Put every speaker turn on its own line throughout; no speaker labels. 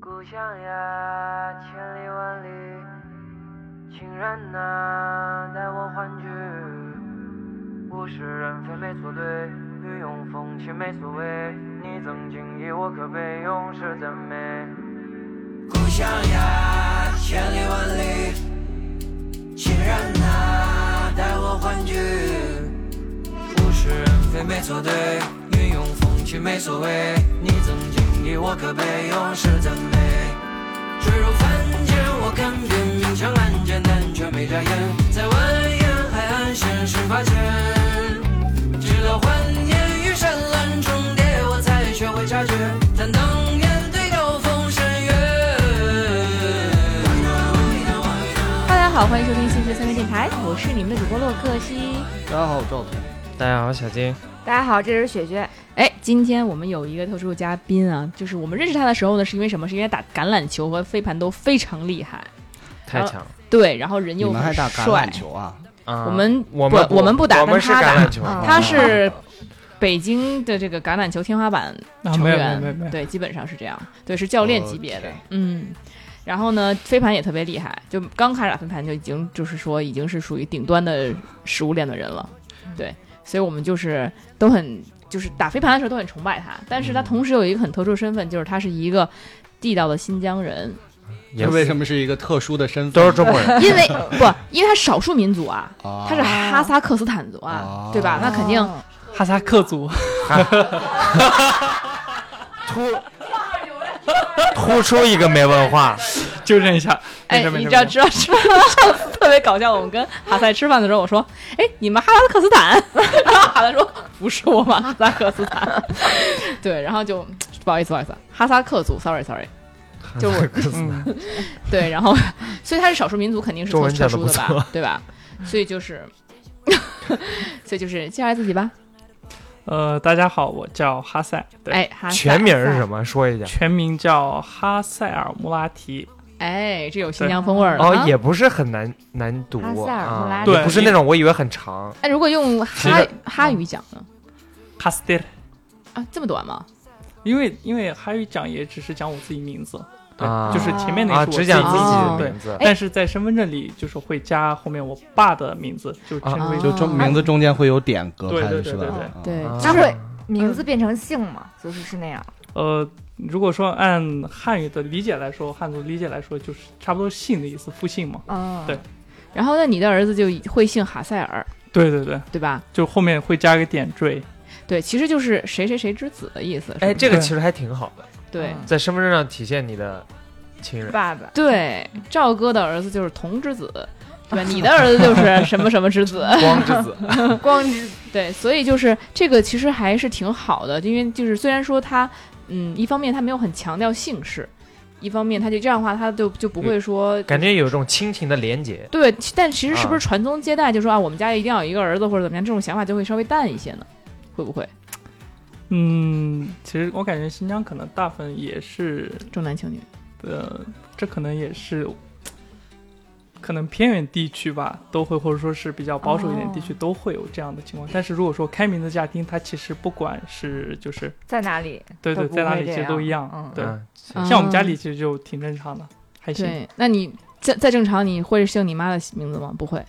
故乡呀，千里万里，情人呐，带我欢聚。物是人非没错对，雨涌风起没所谓。你曾经以我可悲，永世赞美。故乡呀，千里万里，情人呐，带我欢聚。物是人非没错对，云涌风起没所谓。你曾经以我可悲，永世赞美。坠入凡间，我看遍明枪暗箭，但却没眨眼。在蜿蜒海岸线时发现，直到幻念与山峦重叠，我才学会察觉。但当年对高峰深渊。
大家好，欢迎收听新知三维电台，我是你们的主播洛克西。
大家好，我赵彤。
大家好，小金。
大家好，这是雪雪。
哎，今天我们有一个特殊的嘉宾啊，就是我们认识他的时候呢，是因为什么？是因为他打橄榄球和飞盘都非常厉害，
太强了
对，然后人
你
又
们还
很
打橄
帅
榄。球啊？
啊！
我们
我
不
们
我们不打
我们
但
是
他
橄
打
榄球。
啊
他是北京的这个橄榄球天花板
啊，
成
没有
员，
没有没有，
对，基本上是这样，对，是教练级别的
哦 OK
嗯。然后呢，飞盘也特别厉害，就刚开始打飞盘就已经就是说已经是属于顶端的食物链的人了，对，所以我们就是都很就是打飞盘的时候都很崇拜他，但是他同时有一个很特殊的身份，就是他是一个地道的新疆人，
也
这为什么是一个特殊的身份？
都是中国人？
因为不，因为他少数民族啊，
啊，
他是哈萨克斯坦族啊，
哦
对吧？那肯定
哈萨克族，
突突出一个没 文化，
纠正一下。
哎，
没事没
你
事
知道
没事
知道知道， 上次特别搞笑。我们跟哈塞吃饭的时候，我说：“哎，你们哈萨克斯坦？” 然后哈塞说：“不是我们哈萨克斯坦。” 对，然后就不好意思，不好意思，哈萨克族，sorry sorry，就我
嗯，
对，然后所以他是少数民族，肯定是
中
特
文
特
讲得
殊
不
的
错
吧，对吧？所以就是， 所以就是介绍一下自己吧。
呃，大家好，我叫哈塞，对，
哎，哈塞
全名是什么？说一下。
全名叫哈塞尔穆拉提，
哎，这有新疆风味儿了
哦
啊，。
也不是很难难读
哈塞尔穆
啊
拉，
对
也不是那种我以为很长，
哎，如果用
其
哈
实
哈语讲呢？
哈斯蒂尔。
啊，这么短吗？
因为因为哈语讲也只是讲我自己名字，对，
啊
就是前面那
啊，
个是我
只讲自己
哦
的
对
名字。
但是在身份证里就是会加后面我爸的名字，就称
啊
为
就中名字中间会有点隔开
对对
的
对
是吧
对对？
啊
对，
啊
他会名字变成姓嘛，就是是那样。
呃，如果说按汉语的理解来说，汉族理解来说就是差不多姓的意思，复姓嘛。
嗯，
对
然后那你的儿子就会姓哈塞尔，
对对对，
对吧？
就后面会加个点缀。
对，其实就是谁谁谁之子的意思。是吧
哎，这个其实还挺好的，
对
在身份证上体现你的亲人。
爸爸。
对，赵哥的儿子就是童之子，对吧？你的儿子就是什么什么之子，
光之 子，
光之
对，所以就是这个其实还是挺好的，因为就是虽然说他，嗯，一方面他没有很强调姓氏，一方面他就这样的话，他就就不
嗯
会说。
感觉有一种亲情的连结。
对，其但其实是不
啊
是传宗接代，就说啊，我们家一定要有一个儿子或者怎么样，这种想法就会稍微淡一些呢？会不会
嗯，其实我感觉新疆可能大部分也是，
重男轻女？
呃，这可能也是，可能偏远地区吧，都会或者说是比较保守一点地区、
哦
都会有这样的情况。但是如果说开明的家庭，它其实不管是就是
在哪里？
对对，
都不
在哪
会
里其
这
实
样
都一样。
嗯
对、
嗯，
嗯
像我们家里其实就挺正常的，还行
对，那你再再正常，你会姓你妈的名字吗？不会，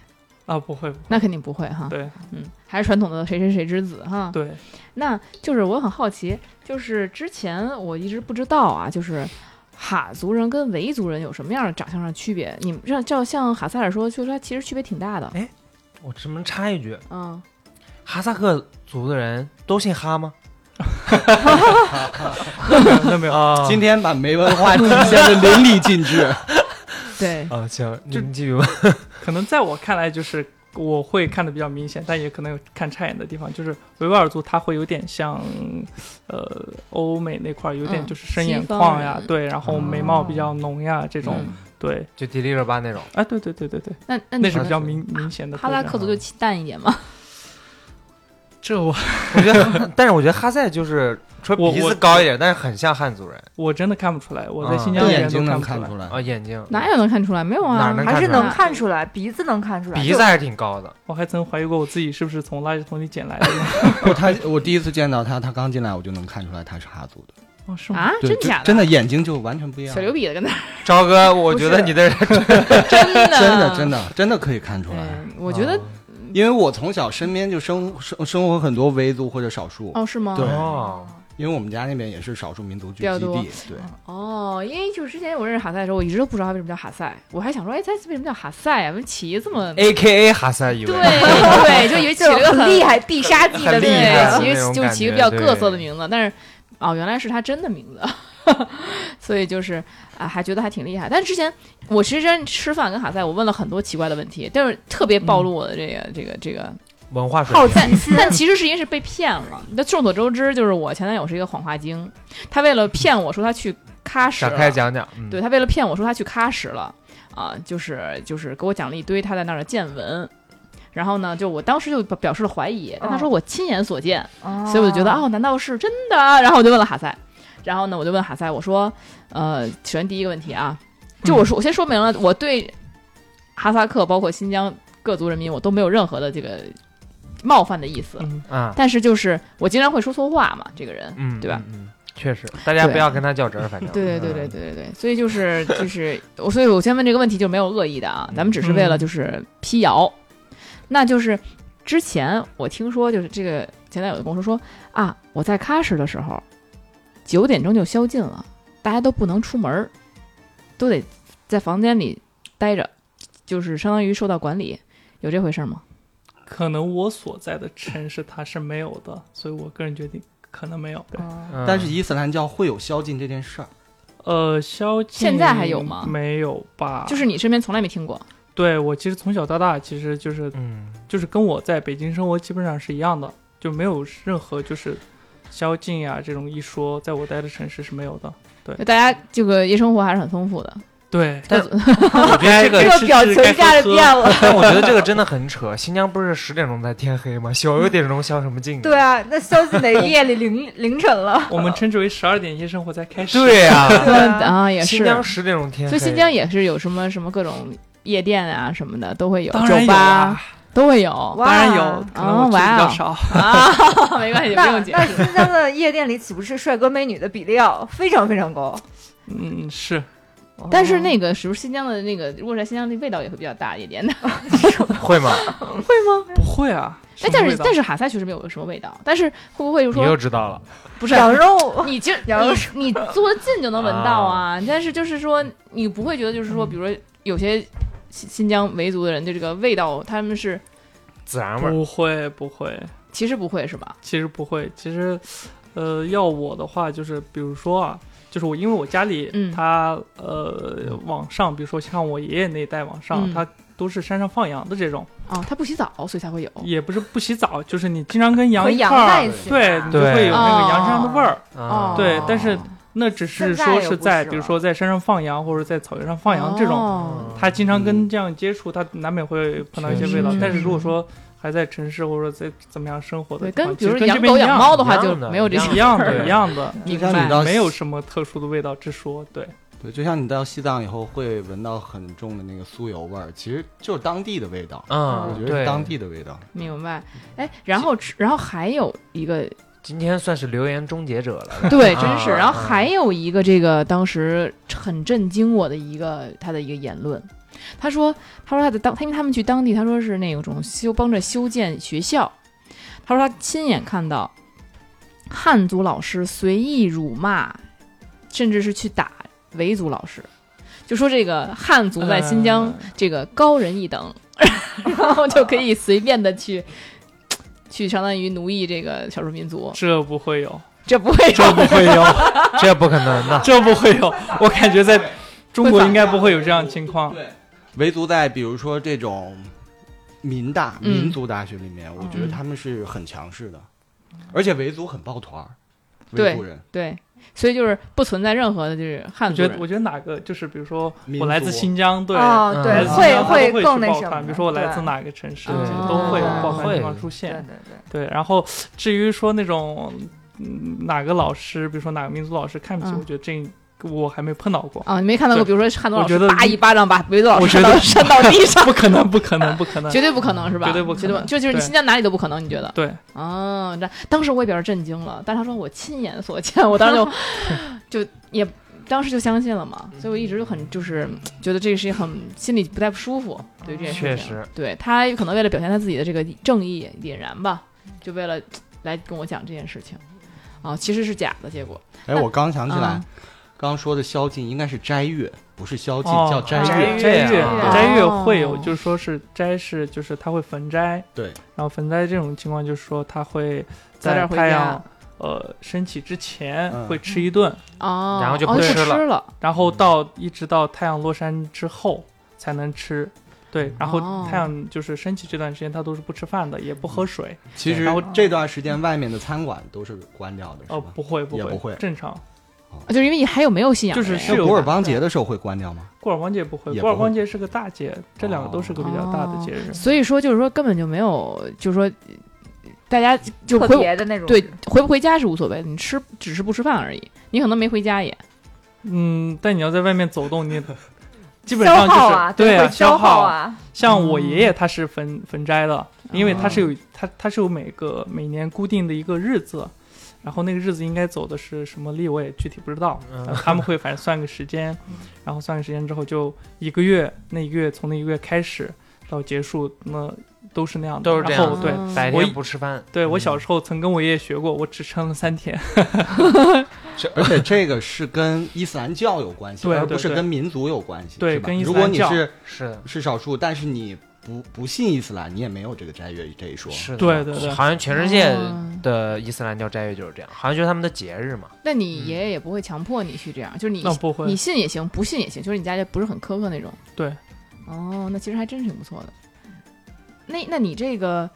啊，不会，
那肯定不会哈。
对
嗯，还是传统的谁谁谁之子哈。，
对，
那就是我很好奇，就是之前我一直不知道啊，就是哈族人跟维族人有什么样的长相上区别？你们像照像哈萨尔说，就说他其实区别挺大的。
我这么插一句，
嗯，
哈萨克族的人都姓哈 吗？
那没有。
啊
今天把没文 化体现的淋漓尽致。
对，
啊，行，
就
您继续吧。
可能在我看来，就是我会看的比较明显，但也可能有看差眼的地方。就是维吾尔族，它会有点像，呃，欧美那块儿有点
嗯
就是深眼
西方
眶呀，
人哦
对，然后眉毛比较浓呀，这种，
嗯
对，
就迪丽热巴那种，
啊，对对对对对，
那那你
那是
们
比较明明显的特
哈
征。
萨克族就淡一点嘛？
这我
我觉得，但是我觉得哈塞就是说
我
鼻
我
子高一点，但是很像汉族人
我真的看不出来，我在
啊
新疆
用
一
眼
点都
睛能
看
看
不来。
出来
啊，，眼睛
哪有能看出来？没有
哪
啊，
能
还
看
是
出来
能看出来，鼻子能看出来。
鼻子还是挺高的。
我还曾怀疑过我自己是不 是从垃圾桶里捡来的呢。
不，他我第一次见到他，他刚进来我就能看出来他是哈族的。
哦，是吗？
啊，
对
真
真
假
真的眼睛就完全不一样
小，流比的跟那儿
超哥，我觉得你的
真的
真的真的真的可以看出来。
对，我 觉得
哦
因为我从小身边就生生生活很多维族或者少数，
哦是吗？
对
哦，
因为我们家那边也是少数民族聚
比较
集
多
地，对，
哦，因为就是之前我认识哈赛的时候，我一直都不知道他为什么叫哈赛，我还想说，哎，他为什么叫哈赛啊？为起这么
A K A 哈萨以
对
为
对，就以为起了
就
个
很厉，害必杀技的
很
那
厉害
对，
的
个
其
那
实
种
就
感
起一个
觉
比较
对
各色的名字，但是哦，原来是他真的名字， 所以就是啊，还觉得还挺厉害。但是之前我其实吃饭跟哈赛，我问了很多奇怪的问题，但是特别
嗯
暴露我的这个、这个这个
文化水
好
平。
奇心。
但其实是因为是被骗了。那众所周知，就是我前男友是一个谎话精，他为了骗我说他去喀什
展
了，
开讲讲，嗯
啊对他为了骗我说他去喀什了，啊、就是就是给我讲了一堆他在那儿的见闻。然后呢，就我当时就表示了怀疑，但他说我亲眼所见，
哦
所以我就觉得哦，难道是真的？然后我就问了哈塞，然后呢，我就问哈塞，我说，呃，首先第一个问题啊，就我说，我先说明了，我对哈萨克包括新疆各族人民，我都没有任何的这个冒犯的意思。
啊，
但是就是我经常会说错话嘛，这个人，
嗯，
对吧？
嗯？嗯确实，大家
对
不要跟他较真儿，反正嗯
对对对对对对对，所以就是 就是我，所以我先问这个问题就没有恶意的啊，
嗯
咱们只是为了就是辟谣，那就是之前我听说就是这个前男友跟我说说啊，我在喀什的时候九点钟就宵禁了，大家都不能出门儿，都得在房间里待着，就是相当于受到管理，有这回事儿吗？
可能我所在的城市它是没有的，所以我个人决定可能没有。对，
哦
嗯
但是伊斯兰教会有宵禁这件事儿，
呃，宵禁
现在还有吗
没有
啊
吧？
就是你身边从来没听过，
对我其实从小到大，其实就是
嗯，
就是跟我在北京生活基本上是一样的，就没有任何就是宵禁啊这种一说，在我待的城市是没有的。
就大家这个夜生活还是很丰富的。
对，
但
各
是
族
我觉得这
这
个
这个表情一下就变了。
但我觉得这个真的很扯。新疆不是十点钟才天黑吗？小六点钟宵什么劲？
对啊，那宵禁得夜里凌凌晨 了。
我们称之为十二点夜生活在开始。
对呀，
对啊，
啊，也是
呃新疆十点钟天
所
黑，
以新疆也是有什么什么各种夜店啊什么的都会有，
当然
酒
有啊
吧，都会有
哇
当然有，可能我去的比
哇哦
较少。
啊，没 关系，不
那
用解
那
释。
新疆的夜店里岂不是帅哥美女的比例要非常非常高？哦
嗯，是
但是那个是不是新疆的那个，如果在新疆的味道也会比较大一点的？
会吗？
不会啊。
哎，但是但
是
是哈萨确实没有什么味道，但是会 不会就
你
说
又知道了，
不是？
羊肉
你就
羊肉
你你坐得近就能闻到啊，但是就是说你不会觉得就是说，比如说有些新新疆维族的人对这个味道他们是
孜然味儿。
不会不会，
其实不会是吧？
其实不会，其实，呃，要我的话，就是比如说啊，就是我因为我家里
嗯
他、呃往上，比如说像我爷爷那一代往上，
嗯
他都是山上放羊的这种，
哦，他不洗澡所以才会有。
也不是不洗澡，就是你经常跟
和
羊一
羊
块
在
儿
一，起，
对，你就
对
会有那个羊身上的味儿。
哦
啊，
对，但是那只
现
是
在
说
也
是
不
在
是
比如
了
说在山上放羊或者在草原上放羊这种，
哦
他经常跟这样接触，他难免会碰到一些味道
确实。
但是如果说还在城市或者在怎么样生活
对，
的地方，
跟比
其实
如
跟
养
这边
狗
一
养
样
猫的话
一样
就
的
没有这些
一样
事儿
的，一样的，
就
明
像你
白
到
没有什么特殊的味道之说。对，
哦
对，就像你到西藏以后会闻到很重的那个酥油味儿，其实就是当地的味道，
嗯，
我觉得
对，
是当地的味道。
明白。哎，然后吃然后还有一个，
今天算是留言终结者 了。
对，
啊
真是。然后
啊
还有一个这个当时很震惊我的一个他的一个言论，他说他说他在当，因为他们去当地，他说是那种修帮着修建学校，他说他亲眼看到汉族老师随意辱骂，甚至是去打维族老师。就说这个汉族在新疆
嗯
呃
这个高人一等， 然后就可以随便的去去相当于奴役这个少数民族，
这不会有，
这不会
这不会有，
这不可能 的。
这不会 有。我感觉在中国应该不会有这样的情况。
对，维族在比如说这种民大、
嗯
民族大学里面，我觉
嗯
得他们是很强势的，而且维族很抱团儿，
对
维族人
对，所以就是不存在任何的就是汉
我
族
觉得，
人
我觉得哪个就是，比如说
民
我来
族
自新疆，对，
哦，
嗯
对，
嗯
会
会
更那
去抱
什么。
团比如说我来自
对？
哪个城市，
对
这些都会有
哦
抱团
会
情况出
对
现
对。对，
对，然后至于说那种嗯哪个老师，比如说哪个民族老师看不起，
嗯
我觉得这我还没碰到过。
啊，你没看到过，比
对
如说汉东老
我
师
觉得
啪一巴掌把维多老
我
师扇
觉
到
得
扇到地上，
不可能，不可能，不可能，
绝对不可能是吧？
嗯绝对不可
绝对
能
就就是你
对
新疆哪里都不可能，你觉得？
对，
哦，那当时我也表示震惊了，但是他说我亲眼所见，我当时 就就也当时就相信了
嗯
嘛，所以我一直就很就是觉得这个事情很心里不太舒服，对于这件事情，
确实，
对他可能为了表现他自己的这个正义凛然吧，就为了来跟我讲这件事情，啊，其实是假的结果，
哎，我刚想起来
嗯，
刚刚说的宵禁应该是斋月，不是宵禁，
哦
叫斋
斋
月。
月
斋月
啊
斋月
哦
会有，就是说是斋是就是它会焚斋，
对，
然后焚斋这种情况就是说它会
早点
在
回
太
家
阳呃升起之前
嗯
会吃一顿，
哦，
然后就
哦
不
吃
吃了
了
然后到一直到太阳落山之后才能吃。对，然
哦
后太阳就是升起这段时间，它都是不吃饭的，也不喝水。
其实
然后
这段时间外面的餐馆都是关掉的，是
哦，
吧？
不会，不
也
会，
不会
正常。
就是因为你还有没有信仰的人呀？
就是
那
是有
哎古尔
的
邦节的时候会关掉吗？
过尔邦节不会，
也
过尔
不会
邦节是个大节，这两个都是个比较大的节日。
所以说就是说根本就没有，就是说大家就
特
回
别的那种。
对，回不回家是无所谓的，你吃只是不吃饭而已，你可能没回家也。
嗯，但你要在外面走动，你基本
消
上就
耗
是
啊，
对
会消
耗。
啊，
像
哦
我爷爷他是坟坟斋的，因为他是有他他是有每个每年固定的一个日子，然后那个日子应该走的是什么历，我也具体不知道。
嗯
然后他们会反正算个时间，然后算个时间之后就一个月，那一个月从那一个月开始到结束，那都是那样的。
都是这样
然后
的
对，
白
我
天
一
不吃饭。
对
嗯
我小时候曾跟我爷爷学过，我只撑了三天。
而且这个是跟伊斯兰教有关系，
对
而不是
对对
跟民族有关系，
对
是吧
跟伊斯
如
兰
果你
教
是
是的，
是少数，但是你不不信伊斯兰，你也没有这个斋月这一说。
是的，
对对对
好像全世界
哦
的伊斯兰教斋月就是这样，好像就是他们的节日嘛。
那你爷爷也不会强迫你去这样，就是你
嗯那不会
你信也行，不信也行，就是你家就不是很苛刻那种。
对。
哦，那其实还真挺不错的。那那你这个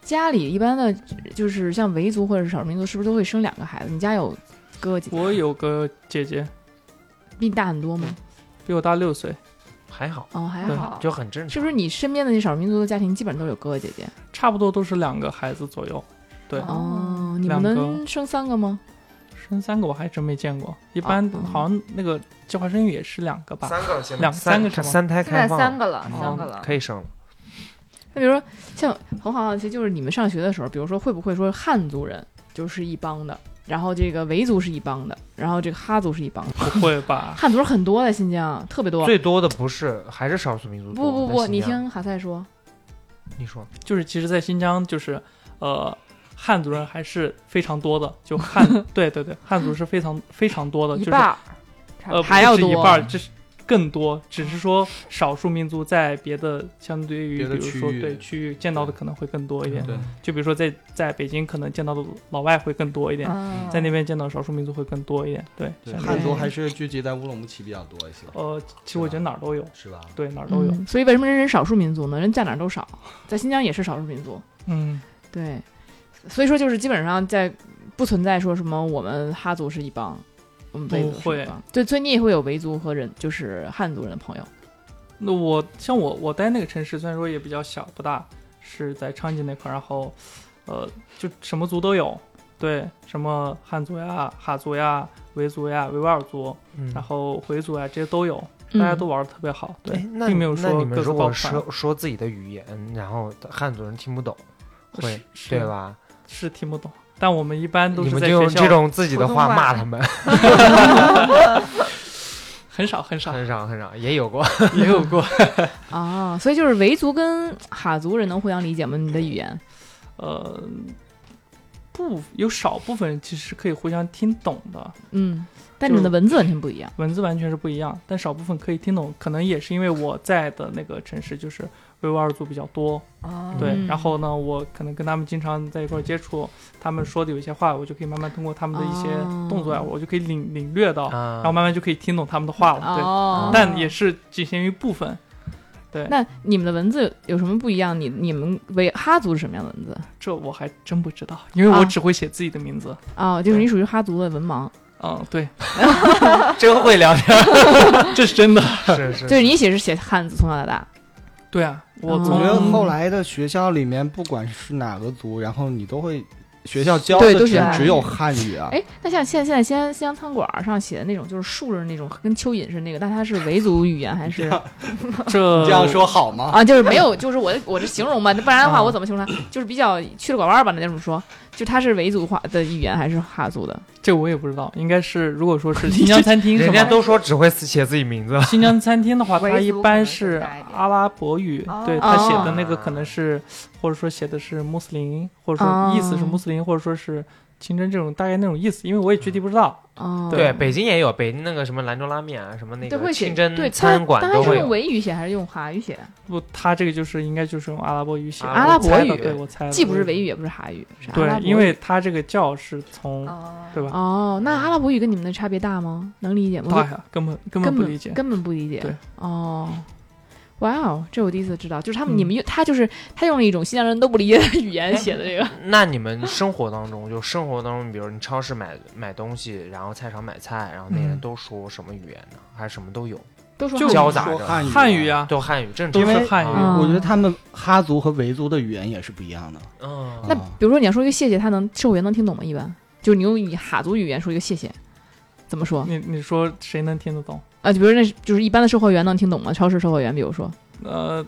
家里一般的，就是像维族或者是少数民族，是不是都会生两个孩子？你家有哥哥姐姐？
我有个姐姐，
比你大很多吗？
嗯比我大六岁，
还好，
哦，还
对
好。
就很正
是
常。
不是你身边的那少数民族的家庭基本上都有哥哥姐姐？
差不多都是两个孩子左右。对，
啊
哦，你们
两个
能生三个吗？
生三个我还真没见过，一般
嗯
啊
好像那个计划生育也是两个吧。
个行
吗两三个是吗
三胎
现在
开放，
三个了，
哦
三个了。
可以生了。
那比如说，像很好奇，就是你们上学的时候，比如说会不会说汉族人就是一帮的，然后这个维族是一帮的，然后这个哈族是一帮的，
不会吧？
汉族人很多在新疆，特别多。
最多的不是还是少数民族多
不不不，
在新
你
疆
听哈赛说，
你说
就是其实，在新疆就是呃，汉族人还是非常多的，就汉对对对，汉族是非常非常多的，
一
就是
半儿，
呃
还要
不止一
多
半儿，这是更多，只是说少数民族在别的相对于
别的
比如
区
说
域
对区域见到的可能会更多一
嗯
点，
对，
就比如说在在北京可能见到的老外会更多一点，
嗯
在那边见到少数民族会更多一点，对，
对，
像这
汉
样
族还是聚集在乌鲁木齐比较多一些，
呃，其实我觉得哪儿都有，
是吧？
对哪儿都有，
嗯，所以为什么人人少数民族呢？人在哪儿都少，在新疆也是少数民族。
嗯
对，所以说就是基本上在不存在说什么我们哈族是一帮，我们维
不
族是一
会
帮。对，所以你也会有维族和人就是汉族人的朋友。
那我像我我待那个城市，虽然说也比较小不大，是在昌吉那块儿，然后，呃，就什么族都有，对，什么汉族呀、哈族呀、维族呀、维吾尔族，
嗯
然后回族啊呀，这些都有，大家
嗯
都玩的特别好，对
哎，那
并没有
那
说
你们
各自
如
包
果
办，
说说自己的语言，然后汉族人听不懂，会
是
对吧？
是听不懂，但我们一般都
你
是
们
在
就
学
用这
校，
种自己的话骂他们，
很少很少
很少很少，也有 过。
也有过，
啊，所以就是维族跟哈族人能互相理解吗？你的语言
呃，不有少部分人其实可以互相听懂的，
嗯，但你们的文字完全不一样。
文字完全是不一样，但少部分可以听懂，可能也是因为我在的那个城市就是维吾尔族比较多，
哦
对，
嗯
然后呢，我可能跟他们经常在一块儿接触，他们说的有一些话，我就可以慢慢通过他们的一些
哦
动作呀，我就可以领领略到，
啊
嗯然后慢慢就可以听懂他们的话了，对，
哦，
但也是仅限于部分，
那你们的文字有什么不一样？你你们维哈族是什么样的文字？
这我还真不知道，因为我
啊
只会写自己的名字，
哦，就是你属于哈族的文盲，
嗯，对，
真会聊天，
这是真的，
是是，
就是你写是写汉字，从小到大。
对啊，我
哦
我觉
从
得后来的学校里面，不管是哪个族，然后你都会学校教
对
的
都
只
学汉语
只有汉语啊。
哎，那像现现在西安西安餐馆儿上写的那种，就是竖着那种，跟蚯蚓似的那个，那它是维族语言还 是
这
这样说好吗？
啊？就是没有，就是我的我这形容吧，不然的话
啊
我怎么形容它？就是比较去了拐弯儿吧，那种说，就它是维族话的语言还是哈族的？
这我也不知道，应该是如果说 是新疆餐厅什
人家
么。
都说只会写自己名字，
新疆餐厅的话，
维
它一
族可
般
能
是
更大一点
阿拉伯语，
哦
对他写的
哦
那个可能是，或者说写的是穆斯林，或者说意思是
哦
穆斯林，或者说是清真这种大概那种意思，因为我也具体不知道。
哦，
对
北京也有北京那个什么兰州拉面啊，什么那
这
个
会写
清真
对它
餐馆
它
都
是
会
用
有。
维语写还是用哈语写？啊
不，他这个就是应该就是用阿拉伯语写的，
阿
拉
我猜
伯
的
语
对我猜的，
既不是维语，也不是哈语，是阿拉伯
对，因
语
为他这个教是从
哦
对吧？
哦，那阿拉伯语跟你们的差别大吗？能理解吗？
大呀，根本
根
根本
本
不理解。
根本不理解。
对，
哦，哇哦，这我第一次知道，就是他们、
嗯
你们用他就是他用了一种新疆人都不理解的语言写的这 个。
那你们生活当中，就生活当中，比如你超市买买东西，然后菜场买菜，然后那人
嗯
都说什么语言呢？还是什么都有？
都说
就
汉语
交杂
说
着
汉语，
汉语。啊，
都汉语，这
都
种
是汉语。
啊
我觉得他们哈族和维族的语言也是不一样的。
嗯，
那
啊
比如说你要说一个谢谢，他能售货员能听懂吗？一般就是你用你哈族语言说一个谢谢，怎么说
你你说谁能听得懂？
啊？就比如那就是一般的售货员能听懂吗？超市售货员，比如说
呃，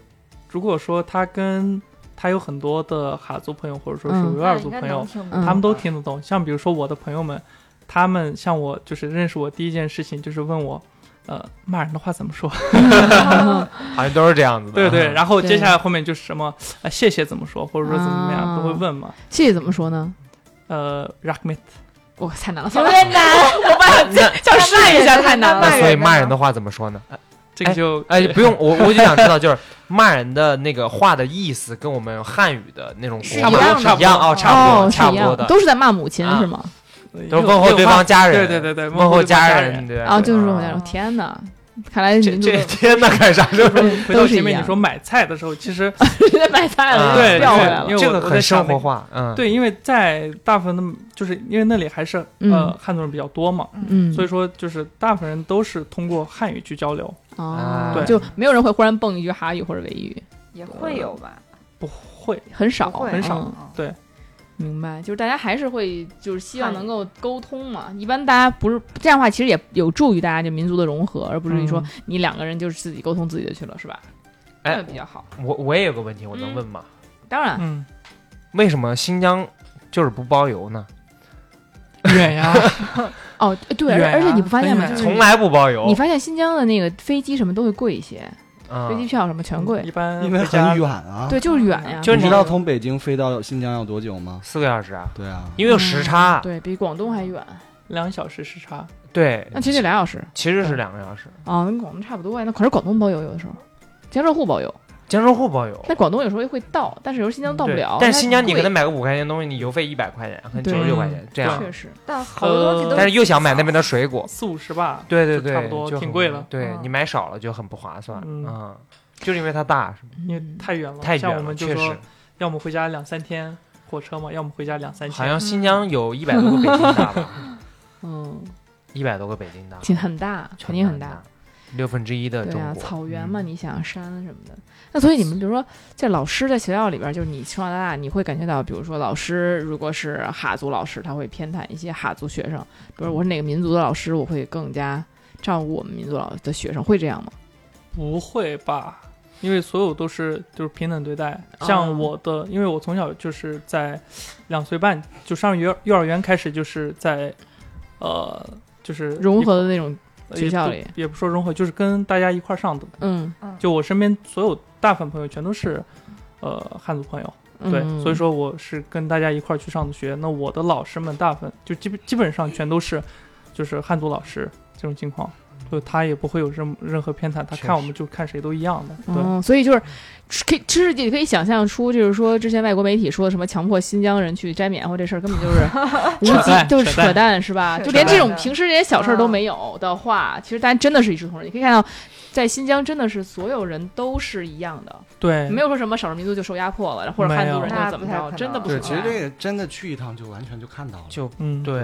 如果说他跟他有很多的哈族朋友，或者说是
嗯
维吾
那
尔
啊应
族
该
朋
能
友，
听
嗯
懂
他们 都听得懂。像比如说我的朋友们，他们像我就是认识我第一件事情就是问我，呃，骂人的话怎 么说？
好像都是这样子的。嗯
对对，
后
然后接
对
下来后面就是什么呃谢谢怎么说，或者说怎么怎么样、都会
啊
问嘛。
谢谢怎么说呢？
呃，rahmet，
我太难了，
有点难，
那
叫试一下太难了
骂。
那
人
所以
呢
骂人的话怎么说呢？
这个就
哎，不用，我我就想知道，就是骂人的那个话的意思，跟我们汉语的那种
是
国
一样
语
的
是一样
吗
哦，差不
哦
多，
是
差
一
不
样
多
的，
的，
都是在骂母亲、
啊
是吗？
呃
都是问候对方家人，
对对对对，
问候
候
家
人。
对
啊，就是我
嗯
家人，天哪！看来
这
民族
这天呐，干啥？这不是
回到
都是
前
一
面你
样
说买菜的时候，其实
在买菜了，
啊
对，
调
因
回
为
来了
因为
这
我
个
我
很
在想
生
那
活
个
化，嗯，
对，因为在大部分的，就是因为那里还是呃
嗯
汉族人比较多嘛，
嗯，
所以说就是大部分人都是通过汉语去交流，
哦，
对
就没有人会忽然蹦一句哈语或者维语，
也会有吧？
不会，
很少，
不会
很少
嗯
嗯
明白，就是大家还是会就是希望
汉语
能够沟通嘛。一般大家不是这样的话，其实也有助于大家就民族的融合，而不是说
嗯
你两个人就是自己沟通自己的去了，是吧？这
哎
样比较好。
我我也有个问题，我能问吗？
当然，
嗯，
为什么新疆就是不包邮呢？
远呀，
哦，对，
远啊
而而且你不发现吗？
很
就
远
是
从来不包邮
嗯你，发现新疆的那个飞机什么都会贵一些，飞机
嗯，
票什么全贵
一，般
因为
回
很
家
远啊。
对，就是远呀，
就是
你知
你
道从北京飞到新疆要多久吗？
四个小时啊，
对啊，
因为有时差，
对比广东还远，
两小时时差，
对，
那其实就俩小时
其实是两个小时。
啊，跟广东差不多呀。那可是广东包邮有的时候，江浙沪包邮。
江浙沪包邮，
那广东有时候会到，但是有时候新疆到不
对
了。
但
它
是新疆你
贵
可能买个五块钱的东西，你邮费一百块钱，和
对
九十六块钱这样
确，实，
但好多东西都
但是又想买那边的水果，
四五十吧，
对对
就
对，
差不多
就很
挺贵了
对
嗯
你买少了就很不划算，
嗯
嗯，就是因为它大，是吗
因为
嗯
太远了，
太
像
远
我
了，
们就
确
说
实。
要么回家两三天火车嘛，要么回家两三
好
天，
像新疆有一百多个北京大吧，
嗯，
一百多个北京大，
挺很大，肯定很大。，
六分之一的
对
中
啊，
国嗯
草原嘛，，你想山什么的。那所以你们比如说，在老师在学校里边儿，就是你从小到大，你会感觉到，比如说老师如果是哈族老师，他会偏袒一些哈族学生；，比如我是哪个民族的老师，我会更加照顾我们民族老的学生，会这样吗？
不会吧？因为所有都是就是平等对待，
哦
像我的，因为我从小就是在两岁半就上幼幼儿园开始就是在，呃，就是
融
一
合的那种，
呃
学
也
校
不
里
也不说融合，就是跟大家一块儿上的。
嗯，
就我身边所有大部分朋友全都是，呃，汉族朋友，对，
嗯
所以说我是跟大家一块儿去上的学。那我的老师们大部分就基本基本上全都是，就是汉族老师这种情况，就他也不会有任任何偏袒，他
确
看我
实
们就看谁都一样的，对。
嗯，所以就是可以，其实也可以想象出，就是说之前外国媒体说什么强迫新疆人去摘棉花这事儿，根本就是 无
扯
稽，
淡
就是
扯
扯
淡
淡，是吧？
扯
就连这种
淡嗯
平时这些小事儿都没有的话，其实大家真的是一视同仁。你可以看到，在新疆真的是所有人都是一样的，
嗯
对，
没有说什么少数民族就受压迫了，或者
没
汉族
有
人
那
就怎么
不太可
着，
能
真的不
对，
存
其
在
实这个真的去一趟就完全就看到了。
就
嗯，
对，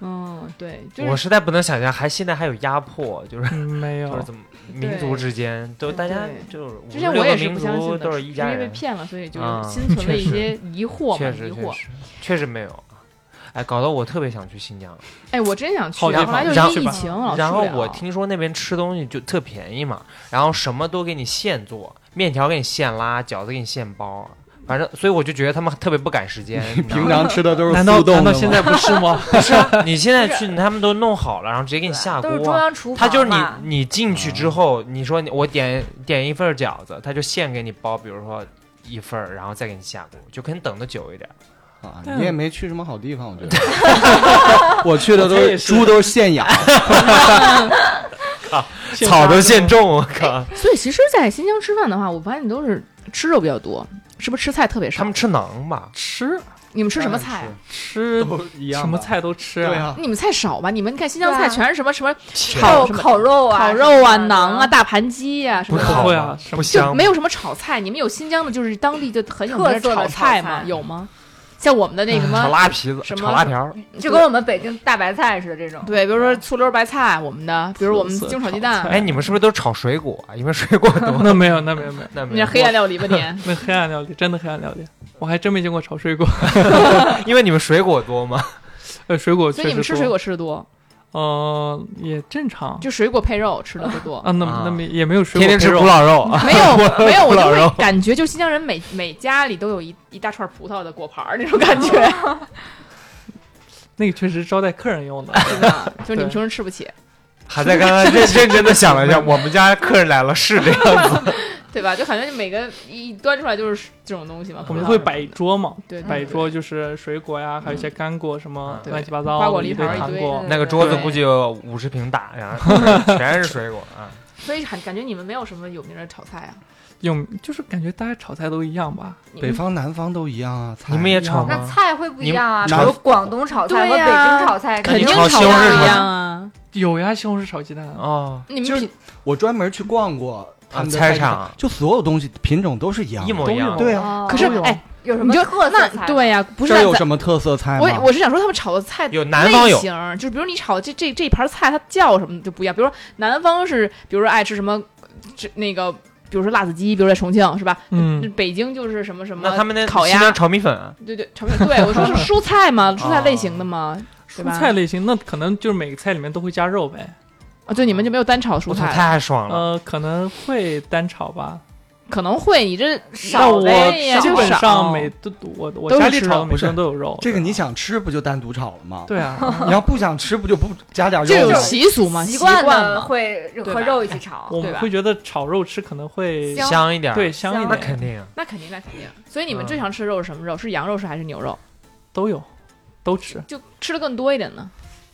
嗯，对，就
我
是
实在不能想象，还现在还有压迫，就是
嗯，没
就是
有，
怎么民族之间都大家
对
就是
之前
56
我也
个
是
民
不相
族
信的，
都
是
是一家
因为被
人，
骗了，所以就是
啊
心存了
确
一
实
些疑惑嘛，
确实
疑
确
惑。
实确实没有，哎，搞得我特别想去新疆。
哎，我真想去，
好地
然
方
后后来就
然后
是疫情，老去
然后
不了
我听说那边吃东西就特便宜嘛，然后什么都给你现做，面条给你现拉，饺子给你现包，反正所以我就觉得他们特别不赶时间。你知道
平
吗
常吃的都是
难
速
道
冻的
难道
吗
现在不是 吗？
你现在去，他们都弄好了，然后直接给你下
都是中
锅。啊
央厨
他
房
就是你
啊
嘛，
你进去之后，你说你我点点一份饺子，他就现给你包，比如说一份儿，然后再给你下锅，就可能等的久一点。
啊？
但
你也没去什么好地方，我觉得。 我去的都
我猜也
是
是
猪，都是现养。
现
草都
杀
现种，我
哎
靠！
所以其实，在新疆吃饭的话，我发现都是吃肉比较多，是不是吃菜特别少？
他们吃馕吧？
吃
你们吃什么菜啊？
吃
都一样吧
什么菜都吃
对
啊，
啊，
你们菜少吧？你们看新疆菜
对啊
全是什么什么
烤
什么
烤肉啊，
烤肉啊、
什么的
馕啊、，大盘鸡呀、什
不
么 的，
烤
好
会
吗
啊什
不
么
就
香
没有什么炒菜。你们有新疆的，就是当地就很有名
特色的
炒菜
炒
吗？
菜
有吗？像我们的那个什
炒
么，
拉皮子、
什么
炒拉条儿，
就跟我们北京大白菜似的这种。
嗯对，比如说醋溜白菜，我们的，比如我们
特色
京炒鸡
炒
蛋，
菜，
哎，你们是不是都炒水果啊？因为水果多
那没有那没有没有，
那
你那黑暗料理吧你。
那黑暗料理真的黑暗料理，我还真没见过炒水果，
因为你们水果多吗？
呃，水果
所
确实
以你们吃
多
水果吃的多，
呃，也正常。
就水果配肉吃的不多。
啊，那
啊
那么也没有水
天天
果配
吃
肉
古老肉啊，
没有没有，我
不
就
老肉
会感觉就是新疆人每每家里都有一一大串葡萄的果盘儿那种感觉，
那个确实是招待客人用的。
对吧？就是你们
对
平时吃不起，
还在刚刚认认真的想了一下，我们家客人来了是这样子，
对吧？就感觉每个一端出来就是这种东西嘛。
我们
葡萄
会
什么
摆一
的
桌嘛，
对嗯对
摆一
对
桌就是水果呀，还有一些干果什么
对
乱七八糟，
瓜果
一
梨
堆
桃一
糖
堆
果
嗯。
那个桌子估计有五十平大，然后全是水果啊。
所以很感觉你们没有什么有名的炒菜啊。
用就是感觉大家炒菜都一样吧？
你
北
们
方南方都一样啊。菜
你们也炒
那
吗？
菜会不一样啊，
你
嗯比
们
如广东炒菜和
对
北
呀
京炒菜
那
肯
你
定
定
炒
炒
西红
菜
柿
不
吗
一样啊。
有呀，西红柿炒鸡蛋啊，
哦，
你
就
们
是
品
我专门去逛过他们的
啊菜
市
场
场，就所有东西品种都是一样的，
一模一样。
对啊。
哦
可是
都有
哎，
有什
你
么
就
特色
那
菜？
对呀，不是啊
这
在
有什么特色菜吗？
我我是想说他们炒的菜
有南方有
类型儿，就比如你炒的这这这盘菜，它叫什么就不一样。比如说南方是，比如说爱吃什么，这那个，比如说辣子鸡，比如说在重庆是吧？
嗯，
北京就是什么什么，
那他们那
烤
新疆
鸭，
炒米粉啊，
对对，炒面。对我说是蔬菜嘛，蔬菜类型的嘛，
蔬
对吧
菜类型那可能就是每个菜里面都会加肉呗。
啊，对，你们就没有单炒蔬
我操，
菜，
太爽了！
呃，可能会单炒吧。
可能会你这
那
少
我
呗呀，
基
就
本
少
上每都我我
都是
家里
吃
炒
肉
的每
不是
顿都有肉。
这个
对吧
你想吃不就单独炒了吗？
对啊，
你要不想吃不就不加点
这
肉
种
吗？
习俗嘛，习
习惯的
嘛。
会
对吧
和肉一起炒。
我
对吧
们会觉得炒肉吃可能会
香
香一点，
对，香一
香
那
点，
肯定啊。
那肯定，那肯定。所以你们最常吃的肉是什么肉？是羊肉是还是牛肉？
都有，都吃。
就吃的更多一点呢？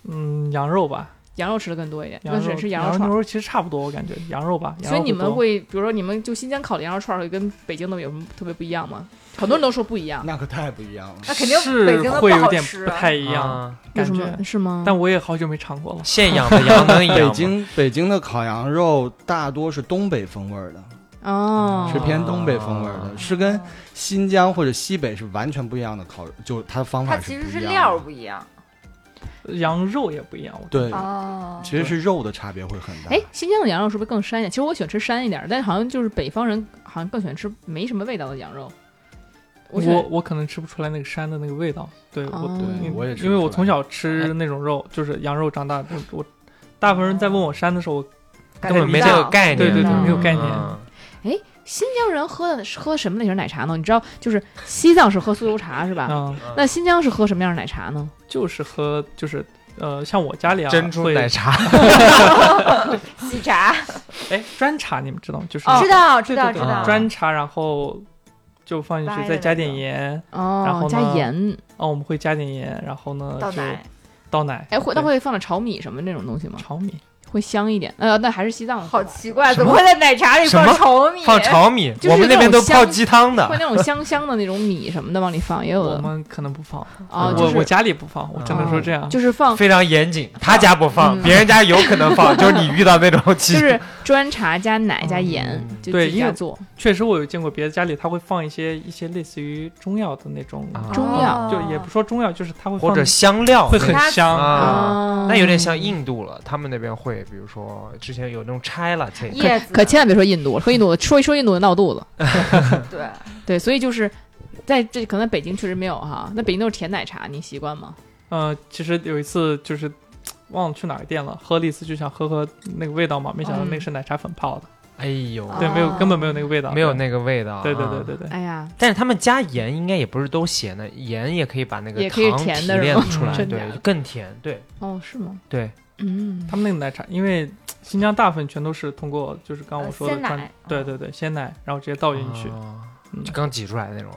嗯，羊肉吧，
羊肉吃的更多一点，
羊
那
肉
是吃羊
羊
肉串
牛
儿。
肉其实差不多，我感觉羊肉吧。羊
所以
肉
你们
多
会，比如说你们就新疆烤的羊肉串儿会跟北京的有什么特别不一样吗？很多人都说不一
啊
样，
那可太不一样了。
那肯定北京
是
的不
会有
好
点
吃
不太一样
啊，
有
感
什
觉
么，是吗？
但我也好久没尝过了。
现养的羊能一样
北
吗？
京北京的烤羊肉大多是东北风味儿的，
哦
嗯
是，偏东北风味儿
哦
的，是跟新疆或者西北是完全不一样的烤，就它方
它
法
其
是
实是
不一
料
样
儿
的。
不一样
羊肉也不一样，我
对，
哦
其实是肉的差别会很大。
哎，新疆的羊肉是不是更膻一点？其实我喜欢吃膻一点儿，但是好像就是北方人好像更喜欢吃没什么味道的羊肉。
我
喜欢
我嗯可能吃不出来那个山的那个味道。对我
哦，
对
因
我也吃
因为
不
我
出
从
来
小吃那种肉，就是羊肉长大的。我我大部分人在问我山的时候，我
感
根
觉
本
不
没
到
那个概念，
对对
对没有
概念
嗯
新疆人喝的喝什么类型奶茶呢？你知道，就是西藏是喝酥油茶是吧？
嗯，
那新疆是喝什么样的奶茶呢？
就是喝就是呃，像我家里啊，
珍珠
会
奶茶，
喜茶，
哎砖茶，你们知道吗？就是
哦
知道知
对
道
对
知
对
道，
砖茶，然后就放进
掰
去，
的
再加
那
点
种
盐。然
哦
后，呢
加盐，
哦，我们会加点盐，然后呢
倒
就
奶
倒奶。
哎，会那
对
会放点炒米什么那种东西吗？
炒米，
会香一点。呃，那还是西藏的
好
吧
奇怪，
什
怎么
么
会在奶茶里
什
放
么
炒米？
放炒米，
就是
我们那边都泡鸡汤
会
的。
那种香香的那种米什么的往里放，也有
我
的
们可能不放，
哦，
嗯
就
我我
是
家里不放，我只
哦
能说这样。
就是放
非常严谨，他家不放，
嗯
别人家有可能放，就是你遇到那种
就
其
是
实
砖茶加奶加盐
嗯，
就
哦对
自己
因
家
为
做。
确实，我有见过别的家里他会放一些一些类似于中药的那种，
啊
中药
就也不说中药，就是他会
或
放
者香料
会很
其他
香。
啊
哦
那有点像印度了，他们那边会，比如说之前有那种拆了这
叶子
可千万别说印度，说印度说一说印度就闹肚子。
对，
对，所以就是在这可能北京确实没有哈，那北京都是甜奶茶，你习惯吗？
呃，其实有一次就是忘了去哪个店了，喝了一次就想喝喝那个味道嘛，没想到那个是奶茶粉泡的，
哎呦，
对，没有
哦
根本没有那个味道，
没有
对
那个味道。
对对
啊
对对对，
哎呀，
但是他们加盐应该也不是都咸的，盐也可以把那个
也可以
糖提
甜的是
炼
吗
出来，
真
对
假的，
更甜，对
哦，是吗？
对。
嗯，
他们那个奶茶，因为新疆大部分全都是通过就是刚刚我
呃
说的
鲜奶
传，对对对，鲜奶，然后直接倒进去，
哦
嗯
就刚挤出来的那种，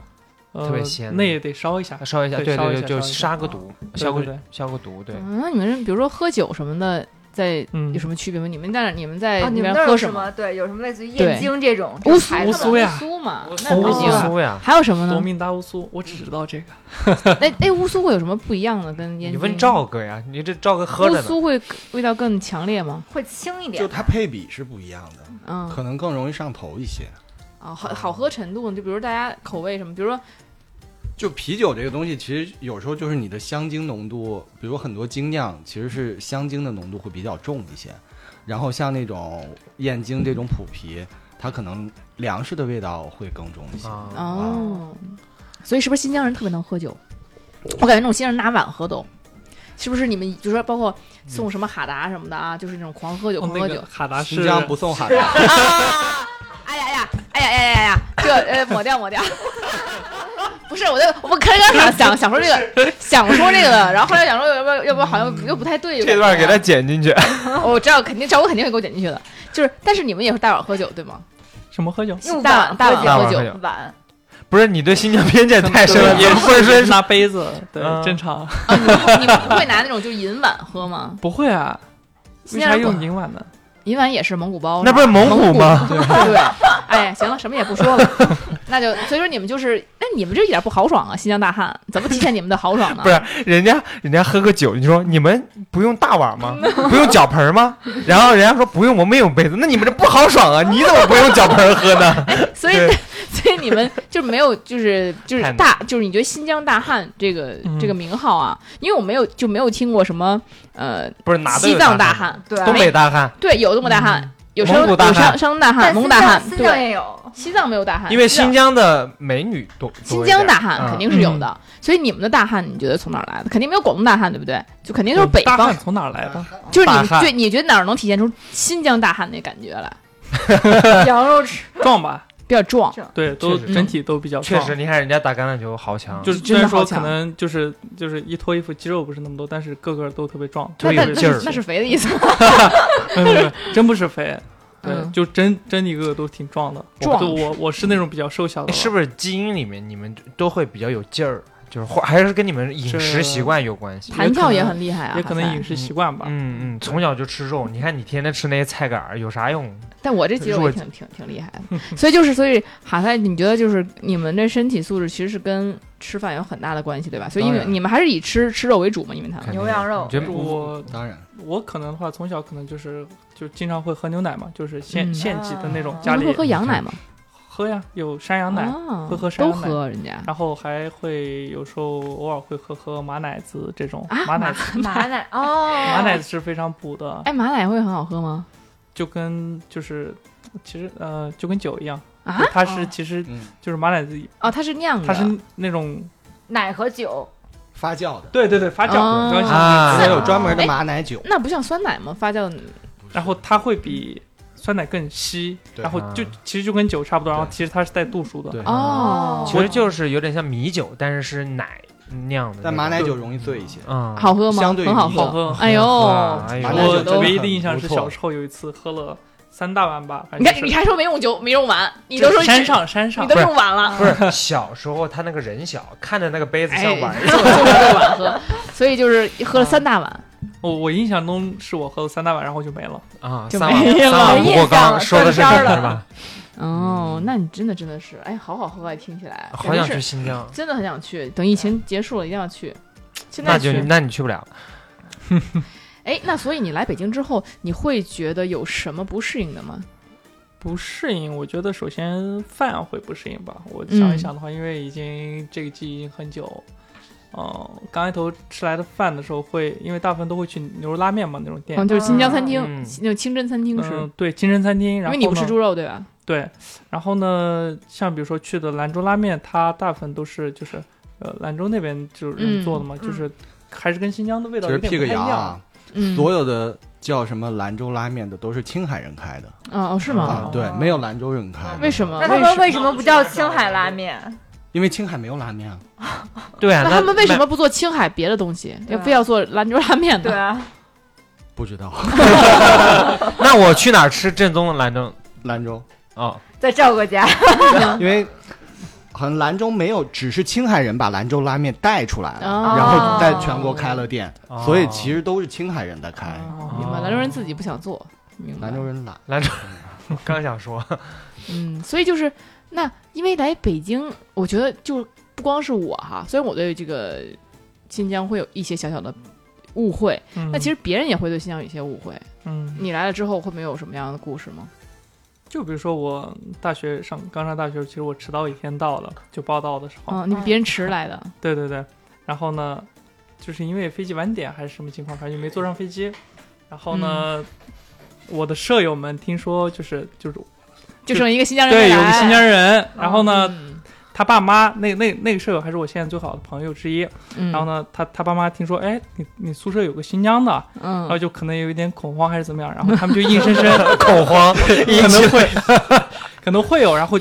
呃
特别鲜
那也得烧一下，
烧一下，
对
对
烧
对，
一下
就
烧一下啊
杀个毒，消
对
个
对
消个毒，对。
嗯那你们比如说喝酒什么的，在
嗯
有什么区别吗？你们那啊你们在
哦，你
边
们那儿
喝
有
什
什
么？
么？对，有什么类似于
对
燕京这种
乌苏
牌
乌
子
苏
吗？
呀
乌苏嘛，那
苏
不
乌
行啊。
苏呀，
还有什么
夺
呢？
命大乌苏，我只知道这个，
那那哎乌苏会有什么不一样的？跟燕
你
京
问赵哥呀，你这赵哥喝
乌
着呢，
苏会味道更强烈吗？
会轻一
就
点，
它配比是不一样的，
嗯，
可能更容易上头一些。
啊，好好喝程度，就比如大家口味什么，比如说
就啤酒这个东西，其实有时候就是你的香精浓度，比如很多精酿其实是香精的浓度会比较重一些，然后像那种燕京这种普啤，它可能粮食的味道会更重一些。
啊，
哦，所以是不是新疆人特别能喝酒？我感觉那种新疆人拿碗喝都，是不是你们就说包括
嗯
送什么哈达什么的啊，就是那种狂喝酒
哦
狂喝
那
酒
个哈达
新
是
疆不送海带，
啊！哎呀呀，哎呀呀呀呀，这呃抹掉抹 掉。不是，我就我开始想想想说这个，想说这个的，然后后来想说要不要要不好像又不太对。
这段给他剪进去。
哦我知道肯定，赵哥肯定会给我剪进去的。就是，但是你们也是大碗喝酒对吗？
什么喝酒？
用
大碗
碗
大碗
酒
喝
酒
碗，
不是你对新疆偏见 太深了，
对
也不会
是
说
拿杯子，对
嗯，
正常。
啊，你们你们不会拿那种就银碗喝吗？
不会啊，
新
为
疆
啥
人不
用银碗呢？
银碗也是蒙古包，
那不是蒙古吗？
对，哎，行了，什么也不说了，那就所以说你们就是，哎，你们这一点不豪爽啊，新疆大汉，怎么体现你们的豪爽呢？
不是 人家人家喝个酒，你说你们不用大碗吗？不用脚盆吗？然后人家说不用，我们有杯子。那你们这不豪爽啊！你怎么不用脚盆喝 呢？
所以所以你们就没有就是就是
太难
大就是你觉得新疆大汉这个、
嗯
这个名号啊，因为我没有就没有听过什么呃
不是哪都
西
有
藏大
汉，
汉，
对，
东北大汉，
对，有东北大汉，有山
蒙古大
有
汉
山山东大
但
汉、
新
蒙古
疆
大汉，
新疆
对，
也有，
嗯西藏没有大汉，
因为
西藏
新疆的美女多，多
新
一点
疆大汉
嗯
肯定是有的，所以你们的大汉你觉得从哪儿来的？肯定没有广东大汉，对不对？就肯定就是北
大
方
汉，从哪儿来的？
就是你
大汉
对你觉得哪儿能体现出新疆大汉那感觉来？
羊肉吃
壮吧？
比较壮，
对，都
确实
整体都比较
确
壮。
实，你看人家打橄榄球好强，
就是
真
虽
的
然
好
说可
强
能就是就是一脱衣服肌肉不是那么多，但是个个都特别壮，
那
特别
那
有
那
劲
是
儿
那。是肥的意思。
没有没有没有真不是肥，对，
嗯
就真真一个个都挺壮的。
壮
我我我是那种比较瘦小的，
哎是不是基因里面你们都会比较有劲儿？就是或还是跟你们饮食
这
习惯有关系。
弹跳也很厉害啊，
也可能
还在
饮食习惯吧。
嗯嗯，从小就吃肉，你看你天天吃那些菜杆儿有啥用？
但我这肌肉
弱
也挺挺挺厉害的， 所以就是所以哈塞，你觉得就是你们这身体素质其实是跟吃饭有很大的关系，对吧？所以你
当
们
然
你们还是以吃吃肉为主嘛，你们他
肯定
牛羊肉
你觉得
我
当然
我可能的话，从小可能就是就经常会喝牛奶嘛，就是
嗯
现现挤的那种
啊，
家
你
里
们会喝羊奶吗？
喝呀，有山羊奶，
啊
会喝山
都
羊奶
喝人家
然后还会有时候偶尔会喝喝马奶子这种
啊
马奶子，
马奶哦，
马奶子是非常补的，
哎，马奶会很好喝吗？
就跟就是其实呃就跟酒一样，
啊
就它是
哦
其实
嗯
就是马奶子，
哦，它是酿的，
它是那种
奶和酒，
发酵的，
对对对发酵，
哦
嗯
刚刚想
啊
它有专门
哎
的马奶酒，
那不像酸奶吗？发酵
然后它会比酸奶更稀，
对
然后就
啊
其实就跟酒差不多，然后
对
其实它是带度数的
对，
哦，
其实就是有点像米酒，但是是奶酿的那种。
但马奶酒容易醉一些。
嗯，
好喝吗？
相对于
很好
好喝
哎呦，
哎呦
马奶酒
我
真的
我
都
唯一
很
的印象
不
是
错
小时候有一次喝了三大碗吧，反
你
正
看
是
你还说没用酒没用完，你都
就
说
是山上山上
你都用完了。
不是小时候他那个人小，看着那个杯子像 碗
哎，就是这碗喝，所以就是喝了三大碗，哦
我我印象中是我喝了三大碗，然后就没了。
啊，
就
三碗
没了
三碗不过
上
刚，
了
说的是
断
这
片
个
儿
是吧？
哦，那你真的真的是，哎，好好喝啊！听起来，
好想
感觉
去
是，
新疆，
真的很想去。等疫情结束了，一定要去。现
那
在
就
去，
那你去不了。
哎，那所以你来北京之后，你会觉得有什么不适应的吗？
不适应，我觉得首先饭会不适应吧。我
嗯
想一想的话，因为已经这个记忆已经很久，嗯、刚开头吃来的饭的时候会，因为大部分都会去牛肉拉面嘛那种店，
嗯，就是新疆餐厅
嗯，
那种清真餐厅
嗯、
吃，
对清真餐厅，
因
然后
为你不吃
呢
猪肉对吧？
对，然后呢，像比如说去的兰州拉面，它大部分都是就是呃兰州那边就是人做的嘛，
嗯
就是还是跟新疆的味
其
道
实
有点
屁
不
个
太一
羊
样
啊。，
嗯，
所有的叫什么兰州拉面的都是青海人开的
哦哦是
啊
吗？
啊，对，没有兰州人开的。
为什么？
那他们为什么不叫青海拉面？
因为青海没有拉面啊。
对啊，
那
那
他们为什么不做青海别的东西，
对
要
啊
非要做兰州拉面
对
呢？
啊，
不知道
那？那我去哪儿吃正宗的兰州？
兰州，
哦，
在赵哥家，
因为好像兰州没有，只是青海人把兰州拉面带出来了，
哦
然后在全国开了店，
哦
所以其实都是青海人在开。
哦明白，兰州人自己不想做，明白
哎兰。州人懒，
兰州，我刚想说，
嗯，所以就是那因为来北京，我觉得就不光是我哈，虽然我对这个新疆会有一些小小的误会，
嗯
那其实别人也会对新疆有一些误会。
嗯，
你来了之后，会没有什么样的故事吗？
就比如说我大学上刚上大学，其实我迟到一天到了，就报到的时候，
嗯，你比别人迟来的，
对对对，然后呢，就是因为飞机晚点还是什么情况，反正就没坐上飞机。然后呢，我的舍友们听说就是就是
就剩一个新疆人没
对有个
来
新疆人，然后呢，
嗯
他爸妈那那那个舍友还是我现在最好的朋友之一。
嗯，
然后呢，他他爸妈听说，哎，你你宿舍有个新疆的，然
嗯，
后就可能有一点恐慌还是怎么 样，然后他们就硬生生
恐 慌，
可能会 可能会有，然后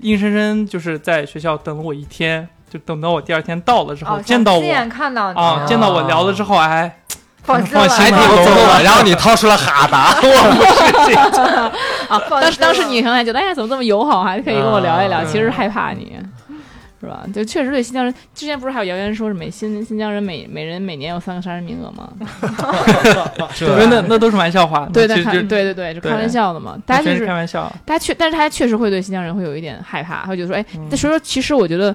硬生生就是在学校等了我一天，就等到我第二天到了之后、
哦，
见到
亲
我
眼看到你
啊，
哦
见到我聊了之后，哎，
放心
放
了
心了
我哎走了，然后你掏出了哈达，
啊，
放
当时当时
心了
你可能还觉得，哎呀，怎么这么友好，还可以跟我聊一聊，
啊
其实是害怕你。是吧？就确实对新疆人，之前不是还有谣言说是每新新疆人每每人每年有三个杀人名额吗？
因为那那都是玩笑话，
对，那
那其实
看
就
对对对，就开玩笑的嘛。大家就
全是
是
开玩笑，
大家确，但是他确实会对新疆人会有一点害怕，会觉得说，哎，
嗯
但所以说，其实我觉得，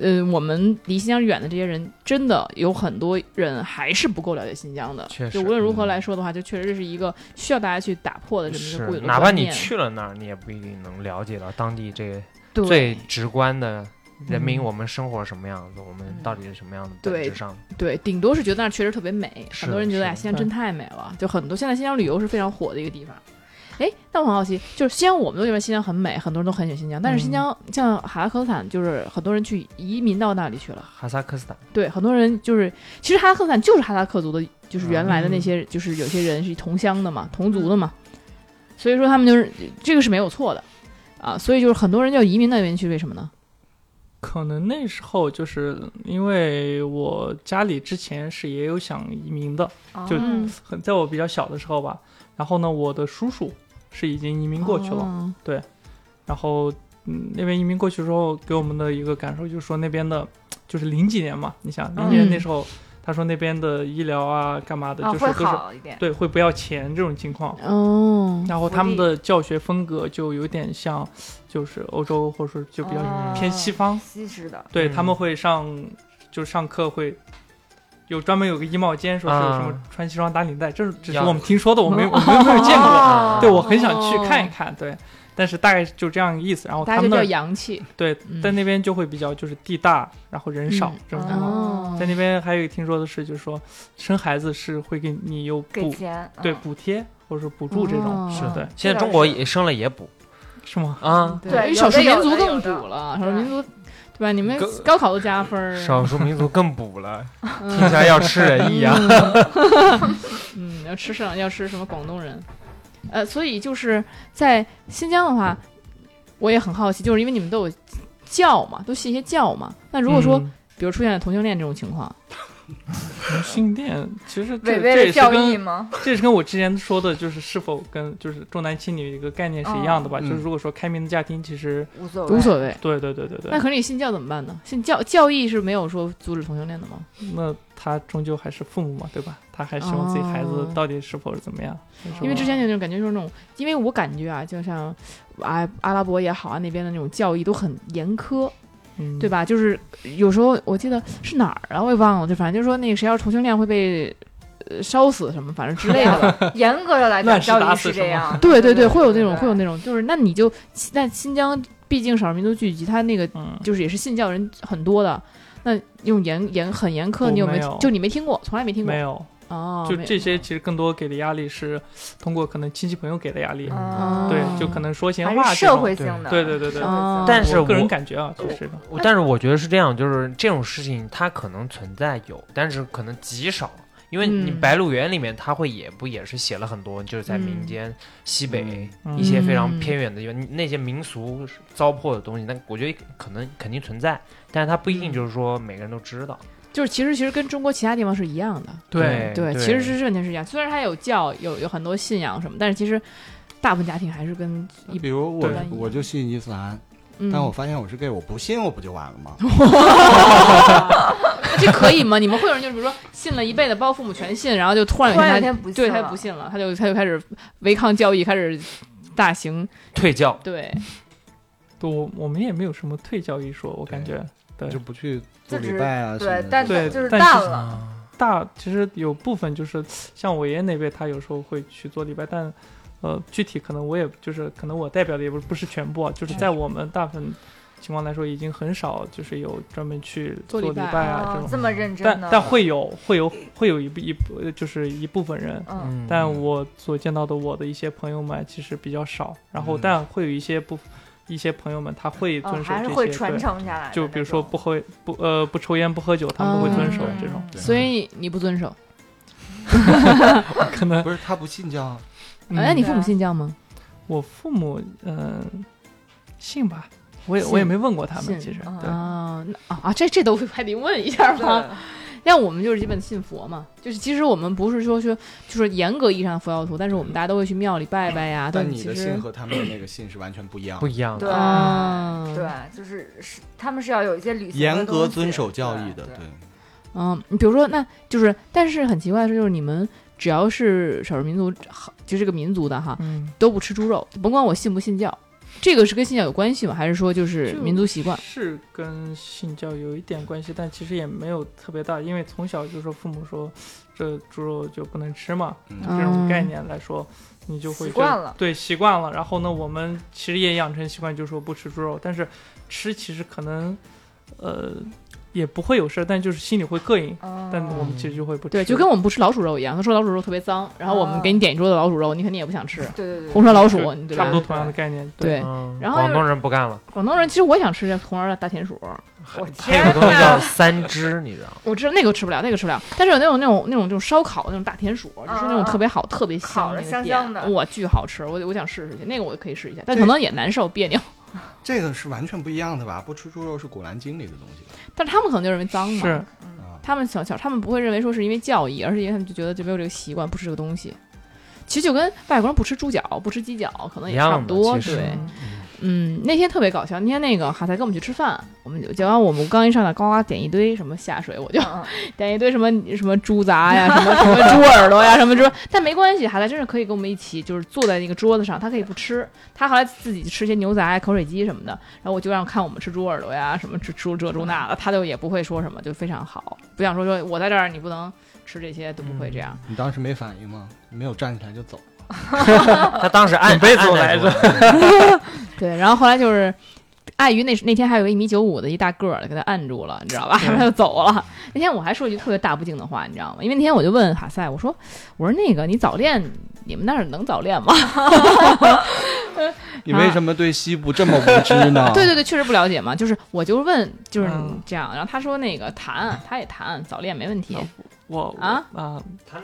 呃，我们离新疆远的这些人，真的有很多人还是不够了解新疆的。
确实
就无论如何
嗯
来说的话，就确实这是一个需要大家去打破的这么一个固有
是，
的
哪怕
观
你
念
去了那儿，你也不一定能了解到当地这
对
最直观的人民，
嗯
我们生活什么样子，我们到底是什么样的本
对
质上的。
对，顶多是觉得那儿确实特别美，
是
很多人觉得哎，
是
新疆真太美了，就很多现在新疆旅游是非常火的一个地方。哎，但我很好奇，就是虽然我们都觉得新疆很美，很多人都很喜欢新疆，但
嗯
是新疆、像哈萨克斯坦，就是很多人去移民到那里去了。
哈萨克斯坦，
对，很多人就是，其实哈萨克斯坦就是哈萨克族的，就是原来
嗯
的那些，就是有些人是同乡的嘛，同族的嘛，所以说他们就是这个是没有错的啊，所以就是很多人就移民到那边去，为什么呢？
可能那时候就是因为我家里之前是也有想移民的，就
嗯
哦
很在我比较小的时候吧，然后呢，我的叔叔是已经移民过去了，
哦
然后嗯，那边移民过去之后，给我们的一个感受就是说那边的，就是零几年嘛，你
嗯
想零几年那时候，他说那边的医疗啊干嘛的，
啊
就是
会
都是
好一点，
对会不要钱这种情况。
哦，
然后他们的教学风格就有点像，就是欧洲或者说就比较
哦
偏西方，
西式的，
对
嗯
他们会上就上课会。有专门有个衣帽间，说是有什么
啊
穿西装打领带，这是只是
要
我们听说的，我没我没有没有见过。啊
哦
对，我很想去
哦
看一看，对，但是大概就这样意思。然后
大家就
他们
比较
的
洋气，
对
嗯，
在那边就会比较就是地大，然后人少
嗯
这种情况。
哦，
在那边还有听说的是，就是说生孩子是会给你有
给
补
钱，
对
嗯
补贴或者说补助这种，
哦
是对
现在中国也生了也补
是吗？
啊，
对
因为
有
少
的
数民
有
族
的
更
有的
补了，少数
对
民族对吧？你们
更
高考都加分 儿，
少数民族更补了，
嗯
听起来要吃人啊一样。
嗯，要吃上要吃什么广东人，呃，所以就是在新疆的话，我也很好奇，就是因为你们都有教嘛，都信一些教嘛。那如果说，
嗯
比如出现了同性恋这种情况，
同性恋，其实
违
这这
背
也
了
是
教义
跟
吗？
这也是跟我之前说的，就是是否跟就是重男轻女一个概念是一样的吧？
哦
就是如果说开明的家庭，其实
无所谓，
无所谓。
对对对对对
那，可是你信教怎么办呢？信教教义是没有说阻止同性恋的吗？
那他终究还是父母嘛，对吧？他还希望自己孩子
哦
到底是否是怎么样？
因为之前有那种感觉，就是那种，因为我感觉啊，就像啊阿拉伯也好啊，那边的那种教义都很严苛，
嗯，
对吧？就是有时候我记得是哪儿啊，我也忘了，就反正就说那个谁要是同性恋会被呃烧死什么，反正之类 的吧。
严格的来讲，
乱石
教
打
育
死
是
是
这
吗
样，
对
对
对，会有那种，会有那
那
种，就是那你就那新疆毕竟少数民族聚集，它那个
嗯，
就是也是信教人很多的，那用严严很严苛，
我
你有没
没有
就你没听过，从来没听过
没有，
哦，
就
没
这些其实更多给的压力是通过可能亲戚朋友给的压力，
哦
嗯
对，就可能说闲
还
话
是
这
社
种。
会性的，
对对对对
社会
哦
性的
但是
我个人
我
感觉啊，就是的
我但是我觉得是这样，就是这种事情它可能存在有，但是可能极少，因为你
嗯
《白鹿原》里面它会也不也是写了很多，就是在民
嗯
间、西北、
嗯
一些非常
嗯
偏远的地方，你那些民俗糟粕的东西，那我觉得可能肯定存在，但是它不一
嗯
定就是说每个人都知道。
就是其实其实跟中国其他地方是一样的，
对
对，其实是这完全是一样。虽然它有教，有有很多信仰什么，但是其实大部分家庭还是跟一
比如我
对
我就信伊斯兰，
嗯，
但我发现我是 gay，我不信我不就完了吗？
啊这可以吗？你们会有人就比如说信了一辈子，包括父母全信，然后就突然有
突然有
一
一
天
天
他
不信
对他
了
不信了，他就他就开始违抗教义，开始大行
退教，
对
对，我我们也没有什么退教一说，我感觉对
就不去做
就只
礼拜啊什么
对
的。，
但
对
就是
但
淡
是
了，
大其实有部分就是像我爷爷那辈，他有时候会去做礼拜，但呃，具体可能我也就是可能我代表的也不不是全部啊，就是在我们大部分情况来说，已经很少就是有专门去
做
做
礼
礼
拜
拜啊这
哦
种，
这么认
但
真的，
但会有会有会有一部一部就是一部分人，
嗯，
嗯，
但我所见到的我的一些朋友们其实比较少，然后
嗯
但会有一些不一些朋友们他会遵
哦，
守
还是
这
会
些
传
对
承下来的那种，
就比如说不喝不呃不抽烟不喝酒，他们都会遵守
嗯
这种。
对
所以你不遵守。
可能
不是他不信教啊，
哎，
嗯
你父母信教吗？
我父母嗯、信吧，我也我也
信
没问过他
信
们，其实
啊
对
啊那啊啊，这这都还得问一下吗？像我们就是基本信佛嘛，就是其实我们不是说说就是严格意义上的佛教徒，但是我们大家都会去庙里拜拜呀。对，
但你的
其实
信和他们的那个信是完全不一样
不。一样的。
对
啊，
对，就是是他们是要有一些旅行的
严格
东西
遵守教义的，
对
对，
嗯，比如说，那就是，但是很奇怪的是，就是你们只要是少数民族，好就这个民族的哈，
嗯，
都不吃猪肉，甭管我信不信教，这个是跟信教有关系吗？还是说就是
就
民族习惯？
是跟信教有一点关系，但其实也没有特别大，因为从小就说父母说这猪肉就不能吃嘛，
嗯，
这
嗯
种概念来说，你就
习
会觉得
惯了
对，习惯了。然后呢，我们其实也养成习惯，就是说不吃猪肉，但是吃其实可能，呃，也不会有事儿，但就是心里会膈应。
嗯
但我们其实就会不吃。
对，就跟我们不吃老鼠肉一样，他说老鼠肉特别脏，然后我们
啊
给你点一桌子老鼠肉，你肯定也不想吃。
对对对，
红烧老鼠，
就
你对
差
吧
不多？同样的概念。
对，
嗯
然后
广东人不干了，
广东人其实我也想吃这红烧大田鼠，
我
还有
天
个东西叫
哪，
三汁，你知道吗？
我知道那个吃不了，那个吃不了，但是有那种那种那种就是烧烤的那种大田鼠，就是那种
啊
特别好、特别
烤
香
着
那个
香
店
香的
哇，巨好吃，我我想试试去，那个我可以试一下，但
对
可能也难受别扭，
这个是完全不一样的吧？不吃猪肉是《古兰经》里的东西吧
但是他们可能就认为脏嘛，
是
嗯
啊，
他们小小他们不会认为说是因为教义，而是因为他们就觉得就没有这个习惯，不吃这个东西。其实就跟外国人不吃猪脚、不吃鸡脚，可能也
一样
差不
的
多。
其实
对，嗯，那天特别搞笑。那天那个哈才跟我们去吃饭，我们就结完我们刚一上来，呱呱点一堆什么下水，我就
嗯
点一堆什么什么猪杂呀，什么什么猪耳朵呀，什么猪，但没关系，海来真是可以跟我们一起，就是坐在那个桌子上，他可以不吃，他后来自己吃些牛杂呀、口水鸡什么的，然后我就让看我们吃猪耳朵呀，什么吃猪这猪那的，他就也不会说什么，就非常好，不想说说我在这儿你不能吃这些，都不会这样。
你当时没反应吗？没有站起来就走，
他当时按
准备
按
走
耐
来
住
着
了，
对，然后后来就是。碍于那那天还有一个一米九五的一大个儿给他按住了，你知道吧？然后他就走了。那天我还说一句特别大不敬的话，你知道吗？因为那天我就问哈塞，我说我说那个你早恋，你们那儿能早恋吗？
你为什么对西部这么无知
啊
呢？
对对对，确实不了解嘛。就是我就问，就是
嗯
这样。然后他说那个谈，他也谈，早恋没问题
我
啊
啊，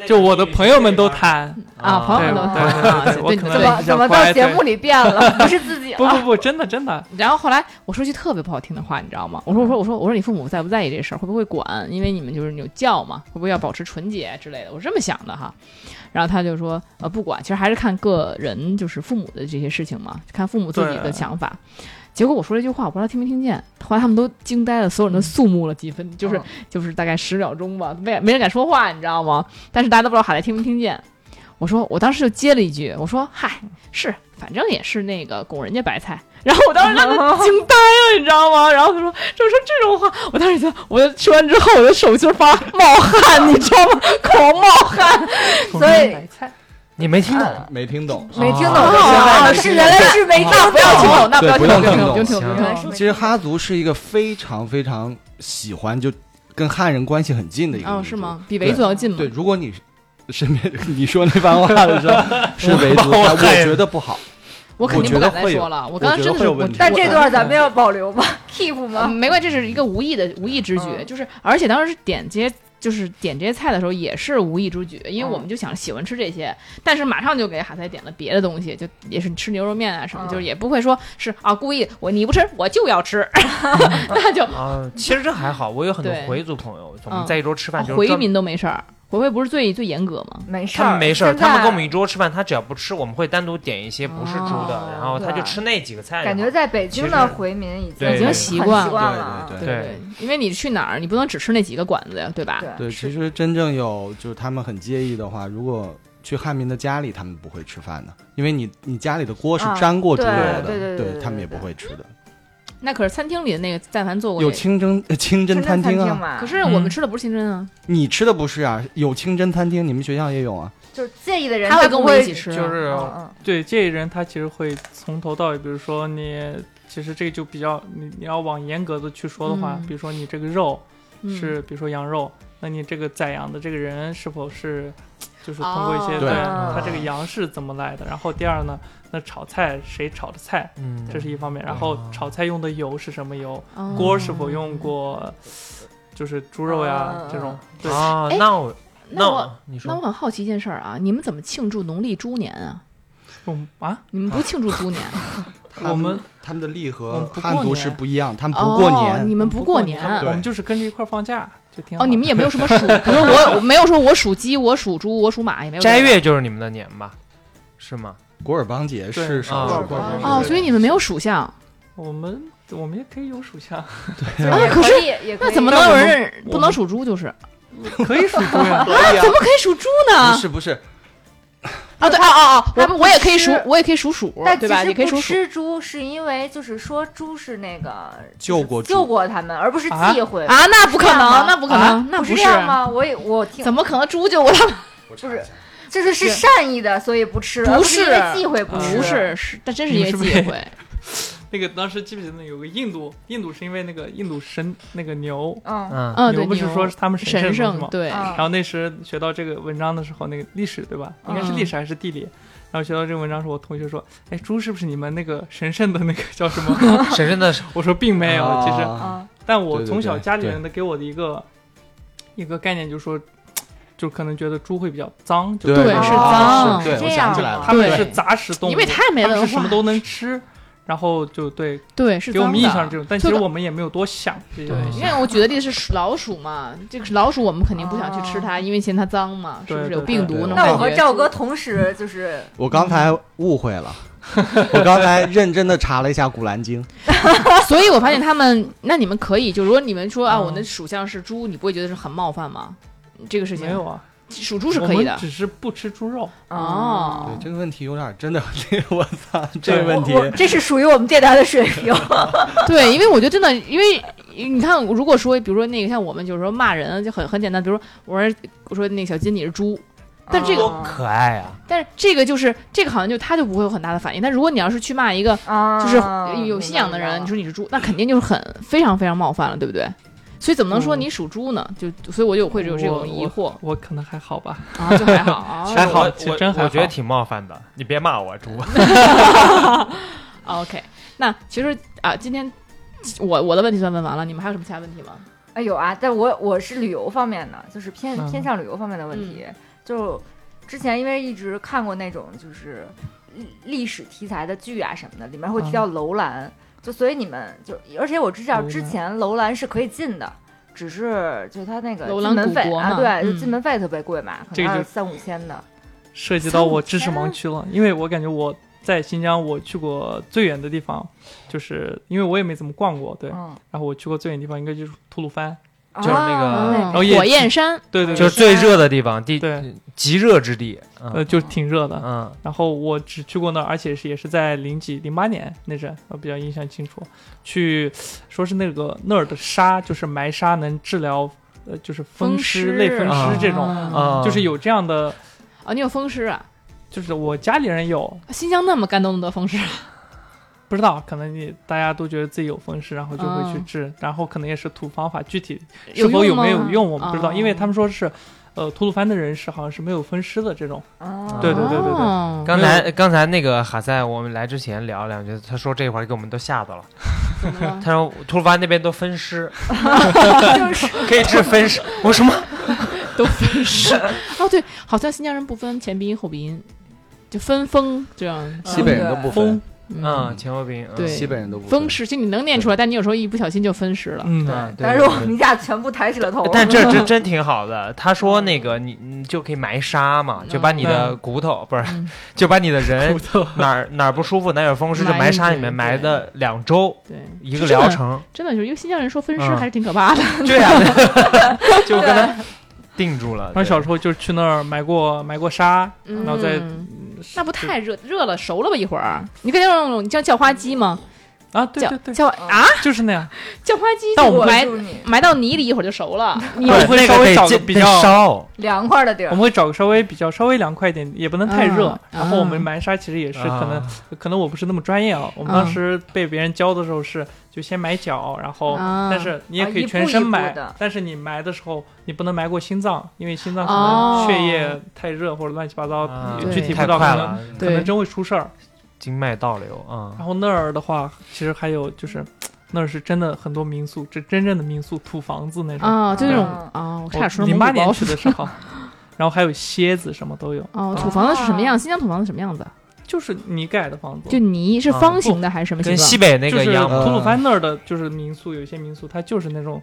就我的朋友们都谈，
啊，朋友们都
对
谈
对
啊，
对我
对
嗯
可
怎
能
对。
么怎么到节目里变 了，不是自己
不
了，
不不，真的真的，
然后后来我说句特别不好听的话，你知道吗？我说我说我说我说你父母在不在意这事儿，会不会管？因为你们就是有教嘛，会不会要保持纯洁之类的？我是这么想的哈。然后他就说呃不管，其实还是看个人，就是父母的这些事情嘛，看父母自己的
对
想法。结果我说了一句话，我不知道听没听见，后来他们都惊呆了，所有人都肃穆了几分，就是就是大概十秒钟吧，没没人敢说话，你知道吗？但是大家都不知道喊来听没听见。我说，我当时就接了一句，我说：“嗨，是，反正也是那个拱人家白菜。”然后我当时让他 惊呆了，你知道吗？然后他说：“就说这种话。”我当时就，我就说完之后，我的手心发冒 汗，你知道吗？狂冒汗。
所以啊
你没听懂，
没听懂。
没听懂
啊
就行
啊
了，哦是原来是没听
那不要听
懂，
懂，那不要
哦对
听懂，不要
不
听
用
懂，不用听
听
懂
懂
不用听
行
懂。
其实哈族是一个非常非常喜欢就跟汉人关系很近的一个民
哦，
族
是？吗？比维族要近吗？
对，如果你身边 你说那番话的时候是维族，但我觉得不好。
我肯定不
我觉得
敢再
会有
说了。我
我
刚刚
觉
真的
得会
是
有
我
问题
但
我
这
感
段咱们要保留吗？keep
呃
吗？
没关系，这是一个无意的无意之举，
嗯
就是而且当时点这些就是点这些菜的时候也是无意之举，因为
嗯
我们就想喜欢吃这些，但是马上就给海菜点了别的东西，就也是吃牛肉面啊什么，
嗯
就是也不会说是啊故意我你不吃我就要 吃，那就
啊，其实这还好，我有很多
对
回族朋友，我
嗯
们在一桌吃饭就是
回
专
民都没事儿，回回不是最最严格吗？
没事
他
儿，
们没事儿，
啊
现在
他们跟我们一桌吃饭，他只要不吃，我们会单独点一些不是猪
哦
的，然后他就
对
吃那几个菜就好。
感觉在北京
其
的
实
回民已经
对
已经
很
习
习
惯了
了。
对
对因为你去哪儿，你不能只吃那几个馆子呀，对吧？
对
对，其
是
实真正有就是他们很介意的话，如果去汉民的家里，他们不会吃饭的，因为你你家里的锅是
啊
沾过猪油
对
的，
对对对对
他们也
对
不会吃的。
那可是餐厅里的那个，但凡做过
有
那个
清真呃清真
清
餐
真
厅啊，
嘛，
啊可是我们
嗯
吃的不是清真啊，
你吃的不是啊？有清真餐厅，你们学校也有啊？
就是介意的人
他会
他
跟
不
我们
会
一起吃啊，
就是
嗯嗯
对这一人他其实会从头到尾，比如说你，其实这个就比较你你要往严格的去说的话，
嗯
比如说你这个肉
嗯
是，比如说羊肉，那你这个宰羊的这个人是否是，就是通过一
哦
些、
对
他这个羊是怎么来的，然后第二呢，那炒菜谁炒的菜，
嗯，
这是一方面，然后
哦
炒菜用的油是什么油，
哦
锅是否用过，就是猪肉呀
嗯
这种，对，
啊
哎，
那我
那我
我你
那我
说
很好奇一件事儿啊，你们怎么庆祝农历猪年啊？
用啊，
你们不庆祝 猪年？
我们
他们的历
我
和
们不
汉
过
族
年
是不一样，他们不过
哦、
年。
你们不过年
我们
对
我们就是跟着一块儿放假，就挺好。
哦，你们也没有什么属， 不是我我没有说我属鸡，我属猪，我属马，也没有这个
斋月就是你们的年吧？是吗？
古尔邦节
对
是少
啊
数
古尔邦节
哦，所以你们没有属相，
我们我们也可以有属相，
嗯
啊
也
可是
以也可
那
以
怎么
那
能有
我们
人
我
不能属猪就是？啊
可以属猪 呀。
可以
怎么可以属猪
啊？不
呢？
是不是，
啊，对，哦哦哦，
那不
我我也可以属
吃，
我也可以属鼠，
但
对
其
吧？
实
你可以
不
属鼠。
吃猪，是因为就是说猪是那个
救过
救
猪
过他们，而不是
啊
忌讳。
啊，那不可
是这样吗
能，那不可能，啊那
不
不
这样吗？我也我听
怎么可能猪就我他
不
不是就是是善意的，所以不吃，
不
而
是
因为忌讳不
不
吃。
呃是是，但真是因为
你是不
忌
是
讳。
那个当时记不记得那有个印度，印度是因为那个印度神那个牛，
嗯
嗯，
嗯，对，
牛不是
牛
说是他们
神
圣的
圣
吗？啊
对，
嗯
然后那时学到这个文章的时候，那个历史对吧？应该
嗯
是历史还是地理？然后学到这个文章时候，我同学说：“哎，猪是不是你们那个神圣的那个叫什么
婶婶的？”
我说并没有，其实，
啊
嗯
但我
对对
从小
对
家里
对
人的给我的一个一个概念就是说，就可能觉得猪会比较脏，就
对
对
不
是
太好
脏
对，
这
我想起
样
来
吗
了，
他们
啊对
是杂食动物，
因为太没
他们
文
是什
化
么，都能吃，然后就对
对，是
给我们
脏
印
的
象是这种，但其
就
实
跟
我们也没有多想这些
对
东
因
西。
为我举的例子是老鼠嘛，这个老鼠我们肯定不想去吃它，因为嫌它脏嘛，是
对
不是有
对对
病毒
对
种
那我
感
和
觉？
赵哥同时就是
我刚才误会 了，我刚才认真的查了一下《古兰经》，
所以我发现他们，那你们可以，就如果你们说啊，
嗯
我的属相是猪，你不会觉得是很冒犯吗？这个事情
没有啊，
属猪是可以
我们
的
只是不吃猪肉。
哦
对。这个问题有点真的，这个 我操，这个问题
我我这是属于我们电台的水平。
对，因为我觉得真的，因为你看，如果说比如说那个像我们有时候骂人就很很简单，比如说我说我说那个小金你是猪，
啊
但这个
哦
多可爱啊！
但是这个就是这个好像就他就不会有很大的反应，但如果你要是去骂一个
啊
就是有信仰的人，你说你是猪，那肯定就是很非常非常冒犯了，对不对？所以怎么能说
嗯
你属猪呢？就所以我就会有这种疑惑
我可能还好吧。
啊，就还好啊。
还好
我
其实
我
真还好
我觉得挺冒犯的，你别骂我猪。
嗯啊 OK，那其实啊，今天我我的问题算问完了，你们还有什么其他问题吗？
哎有啊，但我我是旅游方面的，就是偏
嗯
偏向旅游方面的问题。
嗯
就之前因为一直看过那种就是历历史题材的剧啊什么的，里面会提到楼兰，就所以你们就而且我知道
嗯楼兰
之前楼兰是可以进的。只是就它那个
楼兰
进门
古
费
国
啊，
嘛
对，
嗯
就进门费特别贵嘛，可
这
能
个
二
就
三五千的。
涉及到我知识盲区了，因为我感觉我在新疆我去过最远的地方，就是因为我也没怎么逛过，对。
嗯，
然后我去过最远的地方应该就是吐鲁番，
就是那个
啊
嗯
后呃哦也
火焰山，
对对
就
对，
是最热的地方，地
对
极热之地。嗯
呃，就是挺热的。
嗯，
然后我只去过那儿，而且是也是在零几零八年那阵，我比较印象清楚。去说是那个那儿的沙，就是埋沙能治疗，呃，就是风湿、类风湿这种，
啊
啊
就是有这样的，
哦，你有风湿啊？
就是我家里人有，
新疆那么干冻的风湿，
不知道，可能你大家都觉得自己有风湿，然后就会去
嗯
治，然后可能也是土方法，具体
有
是否有
用吗
没有用我们不知道，
哦
因为他们说是，呃吐鲁番的人是好像是没有分尸的这种，
嗯
哦，
对对对对
哦
刚才刚才那个哈塞，我们来之前聊两句，他说这会儿给我们都吓到了。他说吐鲁番那边都分尸，
嗯就是
可以治分尸。我说什么？
都分尸。 哦，对，好像新疆人不分前鼻音后鼻音，就分风这样。
西北人都不分
风，
嗯，钱和平。嗯
对
西北人都不
风湿，就你能念出来，但你有时候一不小心就分尸了。
嗯，
嗯，对
但是我
对对
们一下全部抬起了头。
但这真真挺好的。他说那个
嗯
你你就可以埋沙嘛，就把你的骨头不是
嗯，
就把你的人
骨头
哪儿哪儿不舒服哪儿有风湿就
埋
埋沙里
进
面
去
埋
对
的两周
对，
一个疗 程。
真的就是一个新疆人说分尸
嗯
还是挺可怕的。
对呀， 就跟他定住了。
然后
对
小时候就是去那儿埋过埋过沙，然后再
嗯那不太热，热了熟了吧？一会儿你肯定要用，你像叫花鸡吗？
啊，对
叫
对对，
叫啊，
就是那样，
叫花鸡，
但我们
埋
住你
埋到泥里，一会儿就熟 了。你
对
对
会
那
稍
个
微
得
找个
煎
比
得
较
烧，
凉快的地
我
儿
们，会找个稍微比较稍微凉快一点，也不能太热
嗯。
然后我们
嗯
埋沙其实也是
啊
可能可能我不是那么专业啊，我们
嗯
当时被别人教的时候是就先埋脚，然后
啊
但是你也
啊
可
一
以
步
全
一
身
步
埋
的，
但是你埋的时候你不能埋过心脏，因为心脏可
哦
能血液太热或者乱七八糟
啊，
具体不
太
知道
快
可能
了，
可能
对
真会出事儿。
经脉倒流啊。
然后那儿的话，其实还有就是那儿是真的很多民宿，这真正的民宿土房子那种。
啊，就那种
嗯
啊，我差
我
点说成
哦零八
蒙古
年
包
去的 时候，然后还有蝎子什么都有，
哦，土房子是什么样？新疆土房子什么样子？
就是泥盖的房子，
就泥是方形的还是什么形
跟西
状？
北那
就
个
是
一样吗，
吐鲁番那儿的，就是民宿，有一些民宿它就是那种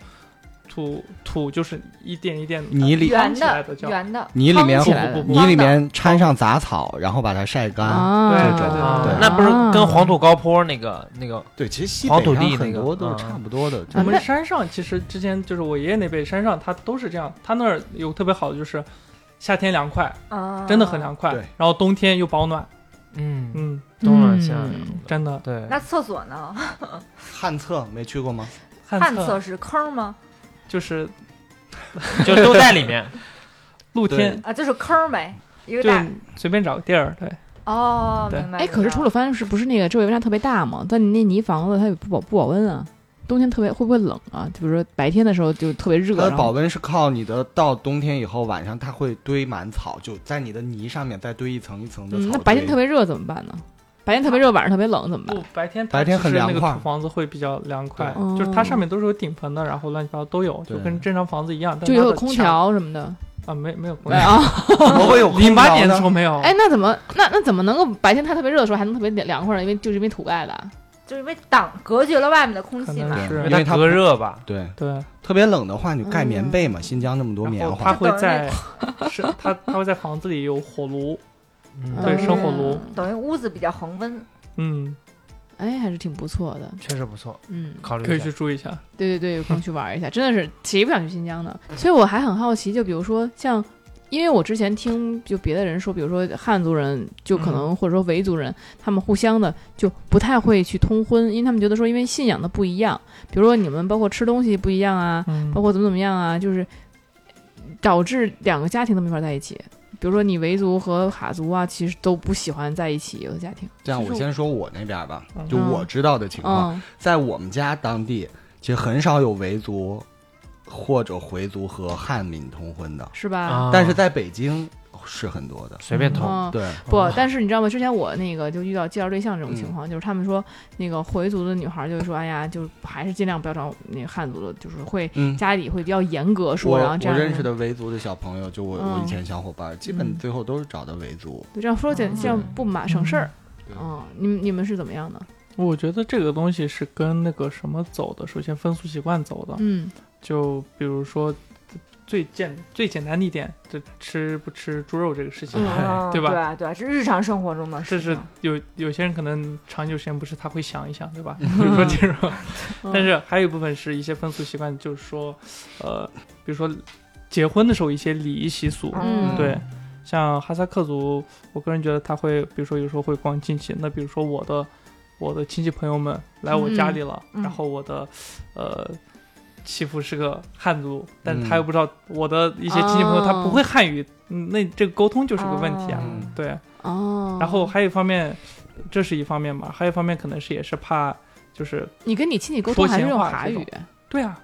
土土，就是一点一点
泥里
圆
起来
的
的叫
圆的，
泥里面
夯起来的
泥里面掺上杂草，然后把它晒干。
啊，
对
这种
啊
对
那不是跟黄土高坡那个那个
对，其实西
黄土
北上
地
很
那个
多都是
啊
嗯
差不多的。
我们
啊那
山上其实之前就是我爷爷那辈山上，他都是这样，他那儿有特别好的就是夏天凉快，
嗯
啊
真的很。凉快
对，
然后冬天又保暖，
嗯
嗯，
冬暖夏
嗯
凉
真的。
对
那厕所呢？
旱厕没去过吗？
旱
旱厕是坑吗？
就是
就都在里 面。
露
对
天，
啊，就是坑呗，一个
就
大。
随便找个地儿，对，
哦，
对
明白。
哎，可是除了番是不是那个周围温差特别大嘛？但你那泥房子它也不保不保温啊，冬天特别会不会冷啊？就比如说白天的时候就特别热，
它的
然
呃保
后
温是靠你的，到冬天以后晚上它会堆满草，就在你的泥上面再堆一层一层的
嗯，
草堆。
那白天特别热怎么办呢？白天特别热，晚上特别冷怎么
不
办？，
白天
白天很凉
它只是那
快
个土房子会比较凉快，
对
就是它上面都是有顶棚的，然后乱七八糟都有，
对
就跟正常房子一样。但
哦就
它
有
的
空
墙
调什么的，
啊，没没有空
对
调。
啊。
怎么会有
零
空
八
调
年的
呢
时候没有，
哎，那怎么那那怎么能够白天它特别热的时候还能特别凉快呢？因为就是因为土盖的。
就是因为挡隔绝了外面的空
可
气
能
嘛。
是
因
因
为
为
它
它隔热吧，
对，
对，
特别冷的话，你就盖
嗯
棉被嘛。新疆那么多棉
然后它
花，
会在是它它会在房子里有火炉，
嗯，
对，
嗯
生火炉，
等于屋子比较恒温，
嗯，
哎，还是挺不错的，
确实不错，
嗯，
考虑
可
一
以
下
去住一下。
对对对，有空去玩一下，真的是谁不想去新疆呢？所以我还很好奇，就比如说像，因为我之前听就别的人说，比如说汉族人就可能、或者说维族人，他们互相的就不太会去通婚，因为他们觉得说因为信仰的不一样，比如说你们包括吃东西不一样啊，
嗯
包括怎么怎么样啊，就是导致两个家庭都没法在一起。比如说你维族和哈族啊，其实都不喜欢在一起有的家庭。
这样
其实
我
我
先说我那边吧，
嗯
就我知道的情况，
嗯，
在我们家当地，其实很少有维族或者回族和汉民通婚的，
是吧？
啊
嗯
但是在北京是很多的。
随便投。
嗯，
对，
不
哦，
但是你知道吗？之前我那个就遇到介绍对象这种情况，就是他们说那个回族的女孩就是说，哎呀，就是还是尽量不要找那个汉族的，就是会
嗯，
家里会比较严格
我
说，然后
我
这样
认识的维族的小朋友，就我、我
嗯
以前小伙伴，基本最后都是找的维族。
对这样说起来这样不麻省事儿。
对
嗯，你们你们是怎么样的？
我觉得这个东西是跟那个什么走的，首先风俗习惯走的，
嗯
就比如说最简最简单的一点，就吃不吃猪肉这个事情，
嗯
对吧
对啊，对啊，这日常生活中的
这
事
是
情。
有有些人可能长久时间不吃，他会想一想，对吧？比如说这种，
嗯
但是还有一部分是一些风俗习惯，就是说，呃，比如说结婚的时候一些礼仪习俗，
嗯
对，像哈萨克族，我个人觉得他会，比如说有时候会逛亲戚，那比如说我的我的亲戚朋友们来我家里了，
嗯嗯
然后我的呃媳妇是个汉族，但是
嗯
他又不知道我的一些亲戚朋友他不会汉语，嗯，那这个沟通就是个问题啊，
哦
嗯
对。
哦，
然后还有一方面，这是一方面嘛，还有一方面可能是也是怕，就是
你跟你亲戚沟通还是用
说闲话
法
这种
语
对啊，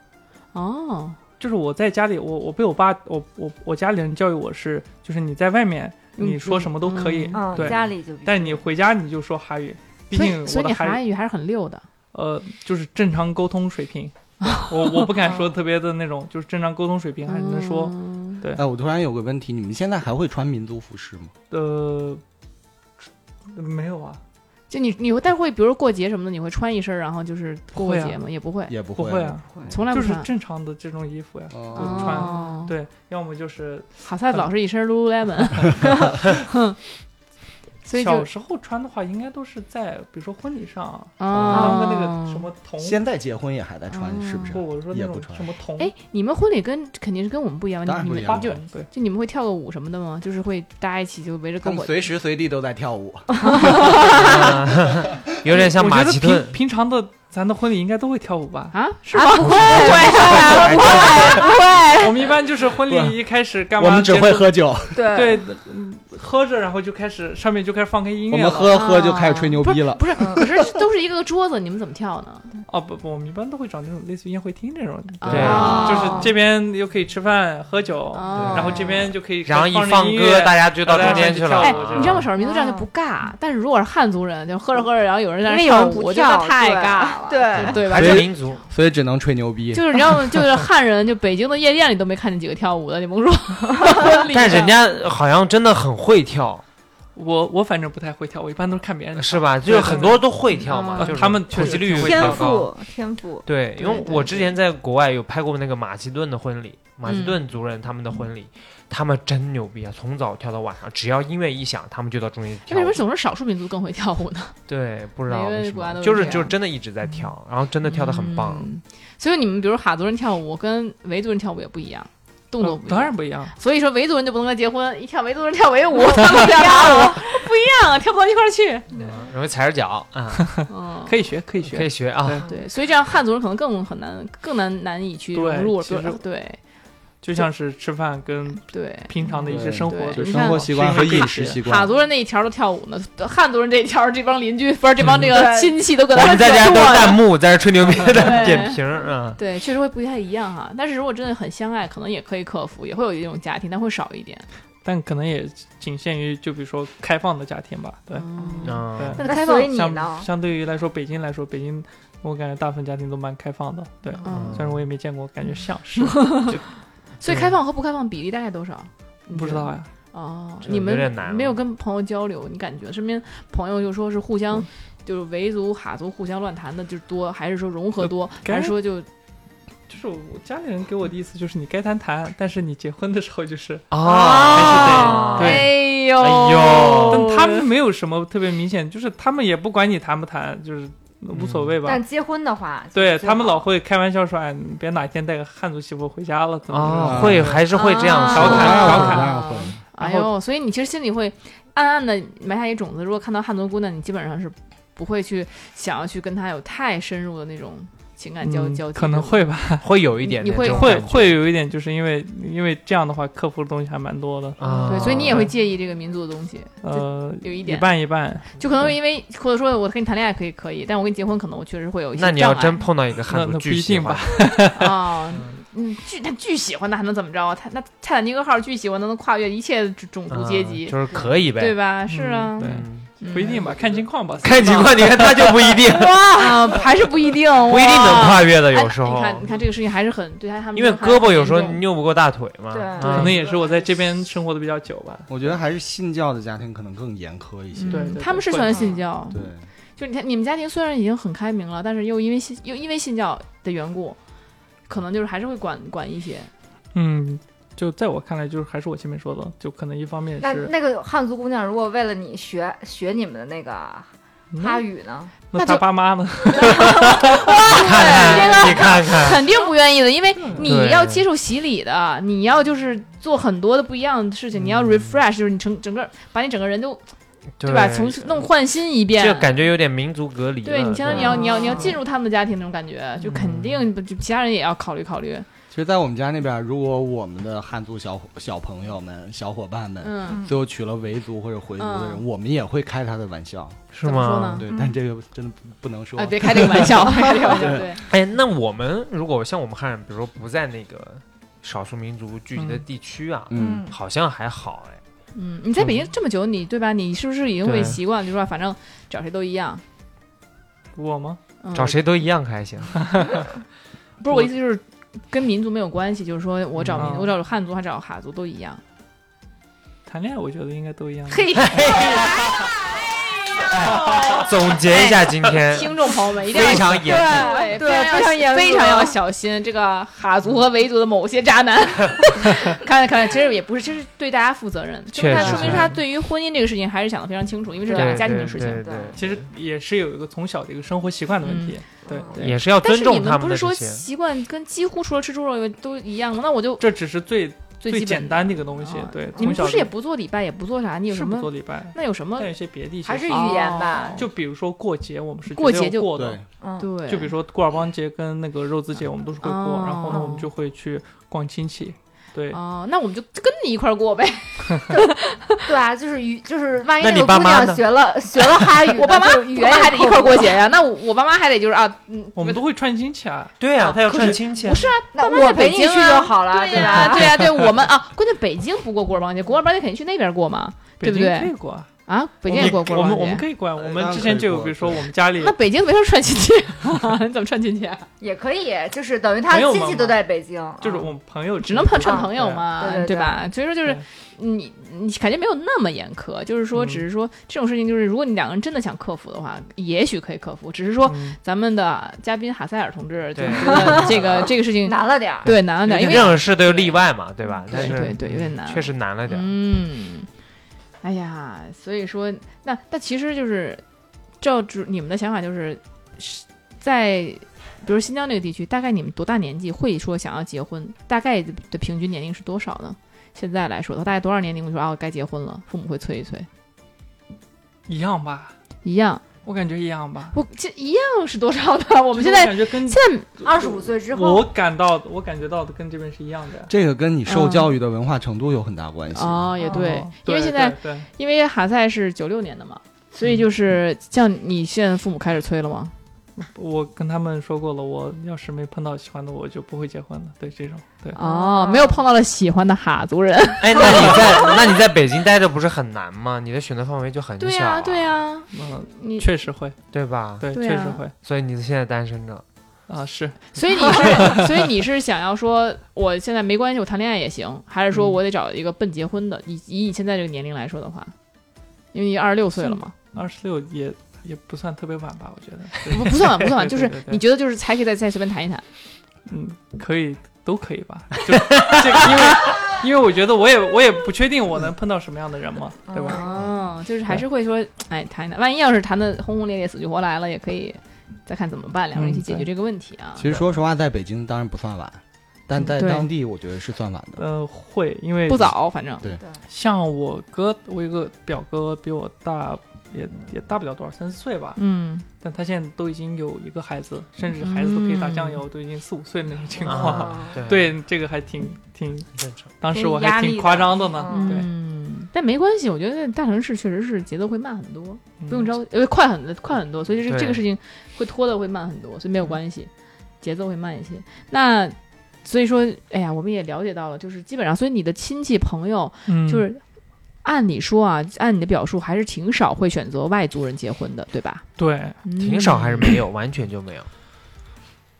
哦，
就是我在家里，我我被我爸，我我我家里人教育我是，就是你在外面
嗯
你说什么都可以，
嗯，
对，
家里就比较
但你回家你就说韩语，毕
所
竟
以所
我
以你
的韩语
韩语还是很溜的，
呃，就是正常沟通 水平，我我不敢
哦
说特别的那种，就是正常沟通水平还是能说，
嗯
哎，我突然有个问题，你们现在还会穿民族服饰吗？
嗯
呃，没有啊，
就你你会但会比如过节什么的，你会穿一身，然后就是过
会
过
啊
节吗？也不会，
也不
不会啊，
从来
就
不
是
穿。
正常的这种衣服呀，
哦
就穿
哦，
对，要么就是
好在老是一身 Lululemon，所以就
小时候穿的话，应该都是在比如说婚礼上，
哦
当个那个什么铜，
现在结婚也还在穿，是不是
哦
不，？我说那
也不
种
穿
什么铜，
哎，你们婚礼跟肯定是跟我们不一样吧，
当然
你
不
们
一
八
样
种
就
对，
就你们会跳个舞什么的吗？就是会大家一起就围着
他
篝
们
火，
随时随地都在跳舞。
有点像
我
马
觉得
其顿
平。平常的咱的婚礼应该都会跳舞吧？
啊，是吗？不会，不
我们一般就是婚礼一开始干嘛？
我们只会。喝酒，
对
对，嗯喝着然后就开始上面就开始放开音乐
我
了。
们喝喝就开始吹牛逼了。
啊不是，可是都是一个桌子，你们怎么跳呢？
哦不不，我们一般都会找那种类似于宴会厅这种的，
对
啊
就是这边又可以吃饭喝酒，
哦
然后这边就可以
然后一放
着音
歌，
乐
大家就到中间去了。
哎
我觉，得
你知道吗？少数民族这样就不尬，但是如果是汉族人，就喝着喝着，然啊后有人在那跳舞，我觉得太尬了，
对，
对吧
还？
对
是民族，
所以只能吹牛逼。
就是你知道吗？就是汉人，就北京的夜店里都没看见几个跳舞的，你甭 说婚礼上。
但人家好像真的很会跳，
我我反正不太会跳，我一般都是看别人跳
是？吧？
对
就是很多都会跳嘛，
嗯
就是
他们
普
确
及
实
率
挺
会
会
比较
天
跳
高。
赋天赋，
对，因为
对
我
对
之前在国外有拍过那个马其顿的婚礼，马其顿族人他们的婚礼，他们真牛逼啊，从早跳到晚上，只要音乐一响，他们就到中间
那
跳
为什
舞
么。总是少数民族更会跳舞呢？
对，不知道
每个
为什
国家都
么，
是
就是
这样
就是真的一直在跳，然后真的跳的很棒。
嗯所以你们比如哈族人跳舞跟维族人跳舞也不一样，动作
嗯
不一样。
当然不一样，
所以说维族人就不能跟他结婚，一跳维族人跳维舞，他们跳啥舞不一样啊，跳不到一块儿去。
嗯容易踩着脚啊，
嗯，
可以学可以
可以
学。
学啊。
对
对，所以这样汉族人可能更很难，更难难以去融入。
对
比如
其实
对
就像是吃饭跟
对，
平常的一些
对
生
对
活，
就
你
生
看
活习惯和饮食习
哈
惯。
族人那一条都跳舞呢，汉族人这一条，这帮邻居不是这帮这个
对
亲戚都搁
我
那
们在家
做
都是
了
弹幕，在这吹牛逼的
对
点评，嗯，
对，确实会不太一样哈。但是如果真的很相爱，可能也可以克服，也会有一种家庭，但会少一点。
但可能也仅限于就比如说开放的家庭吧。对，
嗯，
嗯，
那
那
开放
所以你
相
呢？
相对于来说，北京来说，北京我感觉大部分家庭都蛮开放的。对，
嗯
虽然我也没见过，感觉像是
所以开放和不开放比例大概多少？你
不知
觉得
道呀。
哦，
这
你
有
们
点
啊
难
没有
了
跟朋友交流，你感觉身边朋友就说是互
嗯
相，就是维族、哈族互相乱谈的就多，还是说融合多，
该
还是说就
就是我家里人给我的意思就是你该谈谈，但是你结婚的时候就是，
啊，
还是得
哎
对
呦
哎
但
呦
他们没有什么特别明显，就是他们也不管你谈不谈，就是
嗯
无所谓吧。
但结婚的话，
对
就是
他们老会开玩笑说，哎，你别哪天带个汉族媳妇回家了，怎么嗯怎么
啊，
样
会还是会这样
调
说
当然会，
的。啊
侃调侃
当哦然会。
哎
然
呦，所以你其实心里会暗暗的埋下一种子，如果看到汉族姑娘，你基本上是不会去想要去跟她有太深入的那种情感交、
嗯
交集，
可能会吧，
会有一点
你
点这种
会
感觉
会有一点，就是因为因为这样的话，克服的东西还蛮多的。
啊，
对，所以你也会介意这个民族的东西，
嗯呃，
有一
一
点。
半一半。
就可能因为，或者说我跟你谈恋爱可以可以，但我跟你结婚可能我确实会有一些
那你要
障碍
真碰到一个
那
汉族
那不
巨
一
喜
定
欢
吧，
啊，嗯，巨他巨喜欢，那还能怎么着啊？他那泰坦尼克号巨喜欢，能跨越一切种族阶级，
嗯就是可以呗，
对吧？是啊，
对
嗯？
嗯
不一定吧，看情况吧。
看情况，你看他就不一 定，
哇，还是不一定，
不一定能跨越的，
哎
有时候
你，看，你看这个事情还是很对他他们，
因为胳膊有时候
你
拗不过大腿嘛。
对
嗯
可能也是我在这边生活的比较久吧。
我觉得还是信教的家庭可能更严苛一些。
对对对
他们是
会
喜欢
的
信教，
对，
就是你看你们家庭虽然已经很开明了，但是又因为信又因为信教的缘故，可能就是还是会管管一些，
嗯，就在我看来，就是还是我前面说的，就可能一方面
那
是
那个汉族姑娘，如果为了你学学你们的那个
嗯
哈语呢？
那
那他
就
爸妈呢？
看看，你看 看，
肯定不愿意的，因为你
对
要接受洗礼的，你要就是做很多的不一样的事情，你
嗯
要 refresh，就是你整整个把你整个人都对吧，从弄换新一
这
遍。
感觉有嗯点民族隔离了。
对你相当于你要
对
你要你要进入他们的家庭那种感觉，就肯定就其他人也要考虑考虑。
其实，在我们家那边，如果我们的汉族小伙小朋友们、小伙伴们，
嗯，
最后娶了维族或者回族的人，
嗯
我们也会开他的玩笑。
是
怎么说呢？
吗
对，但这个真的不不能说
啊，。别开这个玩 笑，别开这个玩笑，对，
哎，那我们如果像我们汉人，比如说不在那个少数民族聚集的
嗯
地区啊，
嗯，
好像还好哎。
嗯，你在北京这么久，你对吧？你是不是已经
对
会习惯，就说反正找谁都一样？
我吗？
嗯，
找谁都一样可 还行，
不是我意思就是跟民族没有关系，就是说我找民，
嗯
我找汉族，还找哈族都一样。
谈恋爱我觉得应该都一样吧。
嘿，
总结一下今 天，
听众朋友们一定要
非常严厉。
对
对
非
非
常
常严
要
格
非常要小心这个哈族和维族的某些渣男。 看看看，其实也不是，这是对大家负责任。
确实
他说明
是
他对于婚姻这个事情还是想的非常清楚，因为是两个
对
家庭
对
的事情。
对对
对
其实也是有一个从小的一个生活习惯的问题。对对，
也是要
嗯但
尊
是你
重他
们
们
不
的
是
这
说
些。
习惯跟几乎除了吃猪肉以外都一样吗？那我就
这只是最
最基
最
本
简单的一个东西
啊。
对，
你
从
们
小
不是也不做礼拜，也不做啥？你有
是
什
不
么
做？礼拜，
那有什么
但？有些别的一些
还是
习
语
惯
哦
言吧
就比如说过节，我们是
过
绝对
节就
要过的
对。，
嗯，
对，
就比如说过尔邦节跟那个肉孜节，我们都是会过
哦。
然后呢，我们就会去逛亲戚。对，
哦，那我们就跟你一块儿过 呗。
对啊，就是语，就是万一
那
那
你
个
爸
姑
妈
娘
呢
学了学了哈语呢，
我爸妈
就
我
语言
爸妈还得一块儿过
去。
节呀。那我我爸妈还得就是啊，嗯，
我们都会串亲戚啊。
对啊，
啊
他要
可
串
是
亲戚啊
不。是啊，
那
爸妈在
我陪
北
你
京
去
啊
就好了，
对呀，
吧？
对呀，对我们啊，关键北京不过过尔邦节，过尔邦节肯定去那边过嘛，对
北
不
京可
对
以？过啊，
啊，北京
我
也
们
过过尔
我
邦节。
们我们可以过啊。我
哎当
们
然
之前
可以
就有，
过
比如说
对
我们家里
那北京没事儿串亲戚， 你怎么串亲戚啊？
也可以，就是等于他
没有
亲
妈
戚
妈
都在北京，
就是
嗯
我们朋友
只能碰串
啊
朋友嘛，
对对对
吧？所以说就是
对
你你感觉没有那么严苛，就是说
嗯
只是说这种事情，就是如果你两个人真的想克服的话，也许可以克服，只是说
嗯
咱们的嘉宾哈塞尔同志就
对
觉得这 个这个事情
难了点儿。
对难了点，因为
任何事都有例外嘛，对吧？但
对
是
对对有点难，
确实难了点儿。
嗯，哎呀，所以说那那其实就是照主你们的想法就是是在比如新疆这个地区，大概你们多大年纪会说想要结婚？大概的的平均年龄是多少呢？现在来说，到大概多少年龄会说啊，我该结婚了？父母会催一催，
一样吧，
一样。
我感觉一样吧。
我这一样是多少呢？我
我
们现在
感觉跟
现
二十五岁之
我
后，
感到我感觉到的跟这边是一样的。
这个跟你受
嗯
教育的文化程度有很大关系
在。哦，也对
哦，
因为现在
对对
因为哈赛是九六年的嘛，所以就是像你现在父母开始催了吗？
我跟他们说过了，我要是没碰到喜欢的，我就不会结婚了。对这种，对，
哦，没有碰到了喜欢的哈族人。
哎，那你在那你在北京待着不是很难吗？你的选择范围就很
对
小、啊
啊
呀、对呀、
嗯，
你
确实会，
对吧？
对，
对
确
啊
实会
所以你现在单身着，
啊，是
所以你是 所以你是想要说，我现在没关系，我谈恋爱也行，还是说
嗯
我得找一个奔结婚的？以以你现在这个年龄来说的话，因为你二十六岁了嘛，
二十六也也不算特别晚吧，我觉得。
不
对
不算晚，不算 晚，
对
就是
对对对
你觉得就是还可以再再随便谈一谈。
嗯，可以，都可以吧。 就这个，因为因为我觉得我也我也不确定我能碰到什么样的人嘛，对吧？嗯
哦，就是还是会说，哎，谈一谈，万一要是谈的轰轰烈烈、死去活来了，也可以再看怎么办，两个人一起
嗯
解决这个问题啊。
其实说实话，在北京当然不算晚，但在
嗯对
当地我觉得是算晚的。
呃，会，因为
不早，反正
像我哥，我有个表哥比我大，也也大不了多少，三四岁吧。
嗯，
但他现在都已经有一个孩子，甚至孩子都可以打酱油，都已经四五岁那种情况。
啊
对对，
对，这个还挺挺，
很正常。
当时我
挺有
还
压力
挺
的
夸张的呢。
嗯
对，
嗯，但没关系，我觉得大城市确实是节奏会慢很多。
嗯
不用着急，呃，快很快很多，所以这个
对
这个事情会拖的会慢很多，所以没有关系，节奏会慢一些。那所以说，哎呀，我们也了解到了，就是基本上，所以你的亲戚朋友
嗯
就是。按理说啊，按你的表述，还是挺少会选择外族人结婚的，对吧？
对，
挺少还是
嗯
没有，完全就没有，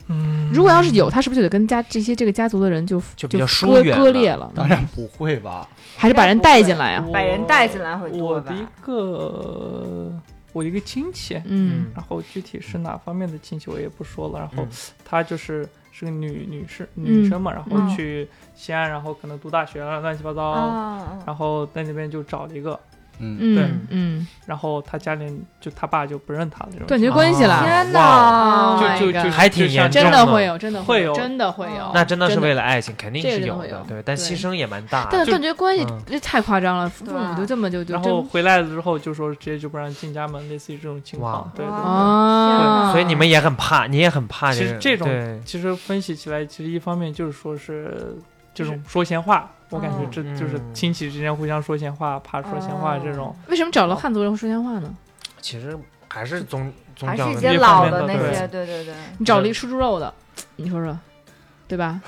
嗯，
如果要是有，他是不是就得跟家这些这个家族的人就
就比
就
较疏
割
远
割
了
裂了？
当然不会吧？
还是把人带进来啊？
我
嗯把人带进来会
我
多吧
的？一个我一个亲戚，
嗯
然后具体是哪方面的亲戚我也不说了，然后
嗯
她就是是个女女士
嗯
女生嘛，然
嗯
后去西安，然后可能读大学啊，乱七八糟，
啊，
然后在那边就找了一个，
嗯，
嗯嗯，
然后他家里人就他爸就不认他了，这种
断绝关系
啊
了，
天
哇
哪！啊
Oh
就
my
就
god
就
还挺
就像
严
这
重
真
种
的会有，真的
会有
真的会有，
那真的是
真的
为了爱情，肯定
这个
是
真的
有
会有
对，但
对
牺牲也蛮大的。
但
就
断绝关系
嗯
这太夸张了，父
对啊
母就这么就就
然后
真
回来了之后就说直接就不让进家门，类似于这种情况
哇。
对对
哇
对
啊，
所以你们也很怕，你也很怕
其
这
实
个。
这种
对，
其实分析起来，其实一方面就是说是这种说闲话，我感觉
嗯
这就是
嗯
亲戚之间互相说闲话，怕说闲话这种。
为什么找了汉族人会说闲话呢？
其实还是宗宗
还是
教
一
问
些
题
老的那
对
些，对对对，
你找了
嗯
一个吃猪肉的，你说说，对吧？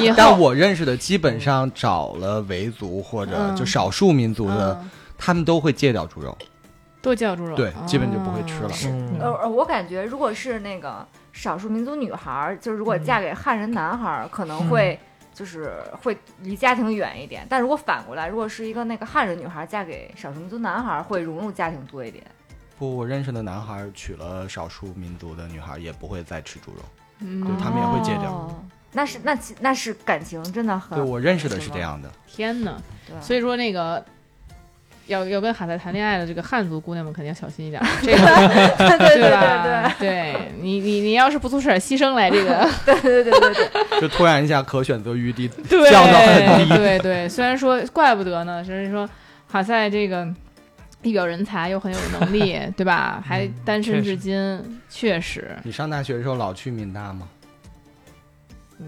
以
但
后嗯
我认识的基本上找了维族或者就
嗯
少数民族的，
嗯
他们都会戒掉猪肉，
多叫猪肉，
对，基本就不会吃了
哦。
嗯
呃呃，我感觉如果是那个少数民族女孩儿，就是如
嗯
果嫁给汉人男孩儿，可能会就是会离家庭远一点。但如果反过来，如果是一个那个汉人女孩儿嫁给少数民族男孩儿，会融入家庭多一点。
不，我认识的男孩儿娶了少数民族的女孩，也不会再吃猪肉。
嗯
对他们也会戒掉
哦那是那其那是感情真的很
啊
对我认识的是这样的，
天哪！
对
所以说那个。要要跟海仔谈恋爱的这个汉族姑娘们肯定要小心一点，这个
对对对对
吧？对你你你要是不做出点牺牲来，这个
对对对对对，
就突然一下可选择余地
对
降到很低。
对对，虽然说怪不得呢，就是说哈塞这个一表人才又很有能力，对吧？还单身
确
至
实
今，确实
你上大学的时候老去民大吗？
哦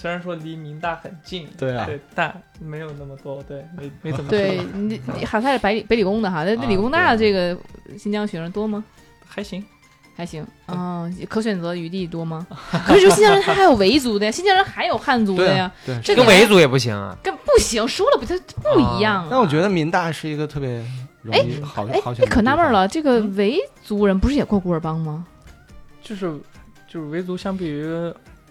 虽然说离民大很近，
对啊
对，但没有那么多，对，没没怎么
对
去过，
你你好像是北理北理工的哈，那那理工大的这个新疆学生多吗？
还行。
还行，嗯，可选择余地多吗？可是就新疆人他还有维族的呀，新疆人还有汉族的呀，
对啊对
这个
跟维族也不行啊。
跟不行，说了不就不一样了。
但我觉得民大是一个特别容易好
哎
好，选
你
的
可纳
地
闷
方
儿，了，这个维族人不是也过古尔邦吗？
就是就是维族相比于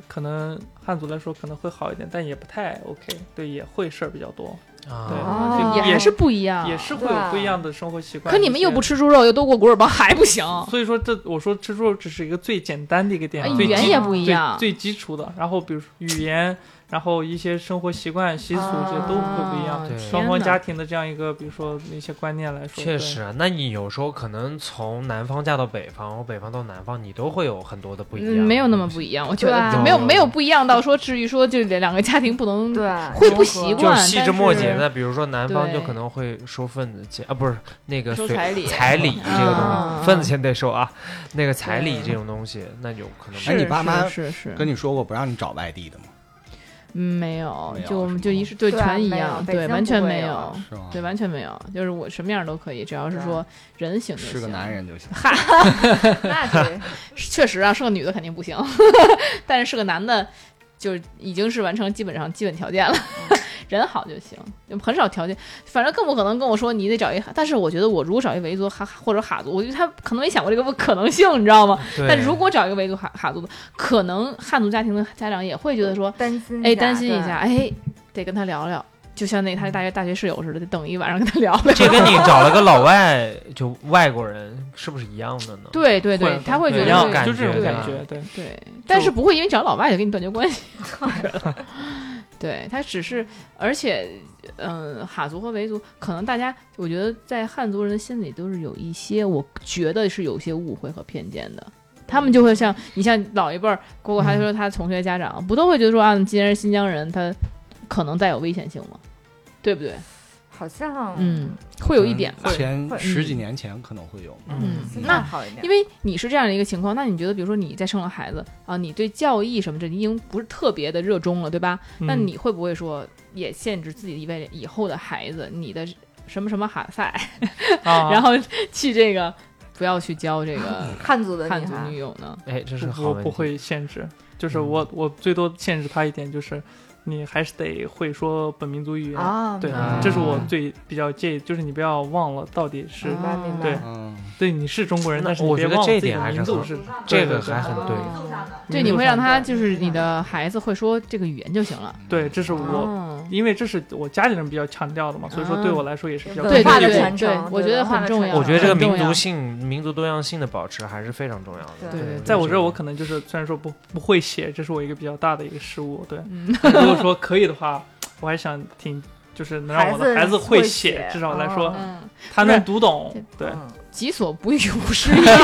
可能汉族来说可能会好一点，但也不太 OK，对，也会事儿比较多，
啊，
哦
对，
也
就
还是不一样，
也是会有不一样的生活习惯。
可你们又不。吃猪肉，又都过古尔邦，还不行？
所以说这我说吃猪肉只是一个最简单的一个点
哎，
啊最
语
基
言也不一
最
样，
最基础的，然后比如说语言，然后一些生活习惯、习俗
啊
这些都会不一样。
啊
哦
对
双方
天哪
家庭的这样一个，比如说一些观念来说，
确实啊。那你有时候可能从南方嫁到北方，或北方到南方，你都会有很多的不一样。
嗯，没有那么不一样，我觉
对
得
啊
就没有
有
没有不一样到说至于说就两个家庭不能
对
嗯会不
融
习
合
惯
就细枝末节
但
的，比如说南方就
对
可能会收份子钱啊，不是那个
收
随
彩礼
彩礼这个东
啊
西，份子钱得收啊。那个彩
对
礼这种东西，那有可能
哎
是
你爸妈
是是
跟
你
你说过不让你找外地的吗？
没有
没，有
就是
吗啊
就一是对
对啊
全一
没有
样，
北
对
京
完
不
全
会
没
有
有，
是吗？
对完全没有，就是我什么样都可以，只要是
对啊
说人行就行。
是个男人就行。
那 对，
确实啊，是个女的肯定不行， 但是是个男的，就已经是完成基本上基本条件了， 人好就行，就很少条件，反正更不可能跟我说你得找一哈。但是我觉得我如果找一维族哈或者哈族，我觉得他可能没想过这个可能性，你知道吗？
对
但如果找一个维族哈哈族的，可能汉族家庭的家长也会觉得说，
担
嗯
心
哎，担心一
对
下，哎，得跟他聊聊。就像那他大学大学室友似的，得等一晚上跟他聊聊。
嗯这跟你找了个老外，就外国人，是不是一样的 呢？
对对对，他会觉得
对一样
这个
感
就这种
觉
感
啊
觉，对，
对，但是不会因为找老外就跟你断绝关系。 对他只是，而且，嗯、哈族和维族，可能大家我觉得在汉族人的心里都是有一些，我觉得是有些误会和偏见的。他们就会像你像老一辈儿，果果他说他同学家长、不都会觉得说啊，既然是新疆人，他可能带有危险性吗？对不对？
好像
嗯， 会有一点吧。
前
会
十几年前可能会有。
嗯
现
那
在好一点，
因
为
为你是这样的一个情况，那你觉得，比如说你再生了孩子啊，你对教义什么这已经不是特别的热衷了，对吧？那
嗯
你会不会说也限制自己一位以后的孩子，你的什么什么哈赛，
啊，
然后去这个不要去交这 个
汉族的女
汉族
孩
女友呢？
哎，这是个好
我
问
不
题
会限制，就是
嗯
我我最多限制他一点就是，你还是得会说本民族语言。
啊，
对
明
嗯
白，
这是我最比较介意，就是你不要忘了到底是
明白明白，
对
嗯，
对你是中国人，
那
但是
我
你别
觉得
忘了
这
自
一
己
点
的
还
民
是
族
很
是
这
对
个还很对。
对，
民
你
族
会
上
让他
的
就是你的孩子会说这个语言就行了。
嗯
对，这是我，
哦
因为这是我家里人比较强调的嘛，所以
嗯
说对我来说也是比较
文
对
化
对
的
对
传承
对，我
对
觉得
文化
很
的
重
传
要。
承
我觉得这个
很重
民族
要
性、民族多样性的保持还是非常重要的。
对
对，在我这儿我可能就是虽然说不不会
嗯
写，这是我一个比较大的一个失误。对，如果说可以的话，我还想挺就是能让我
孩
的
子
孩子
会
会
写
写，至少来说
哦
嗯，
他能读懂
对。
对，
嗯
己所不欲，勿施于人。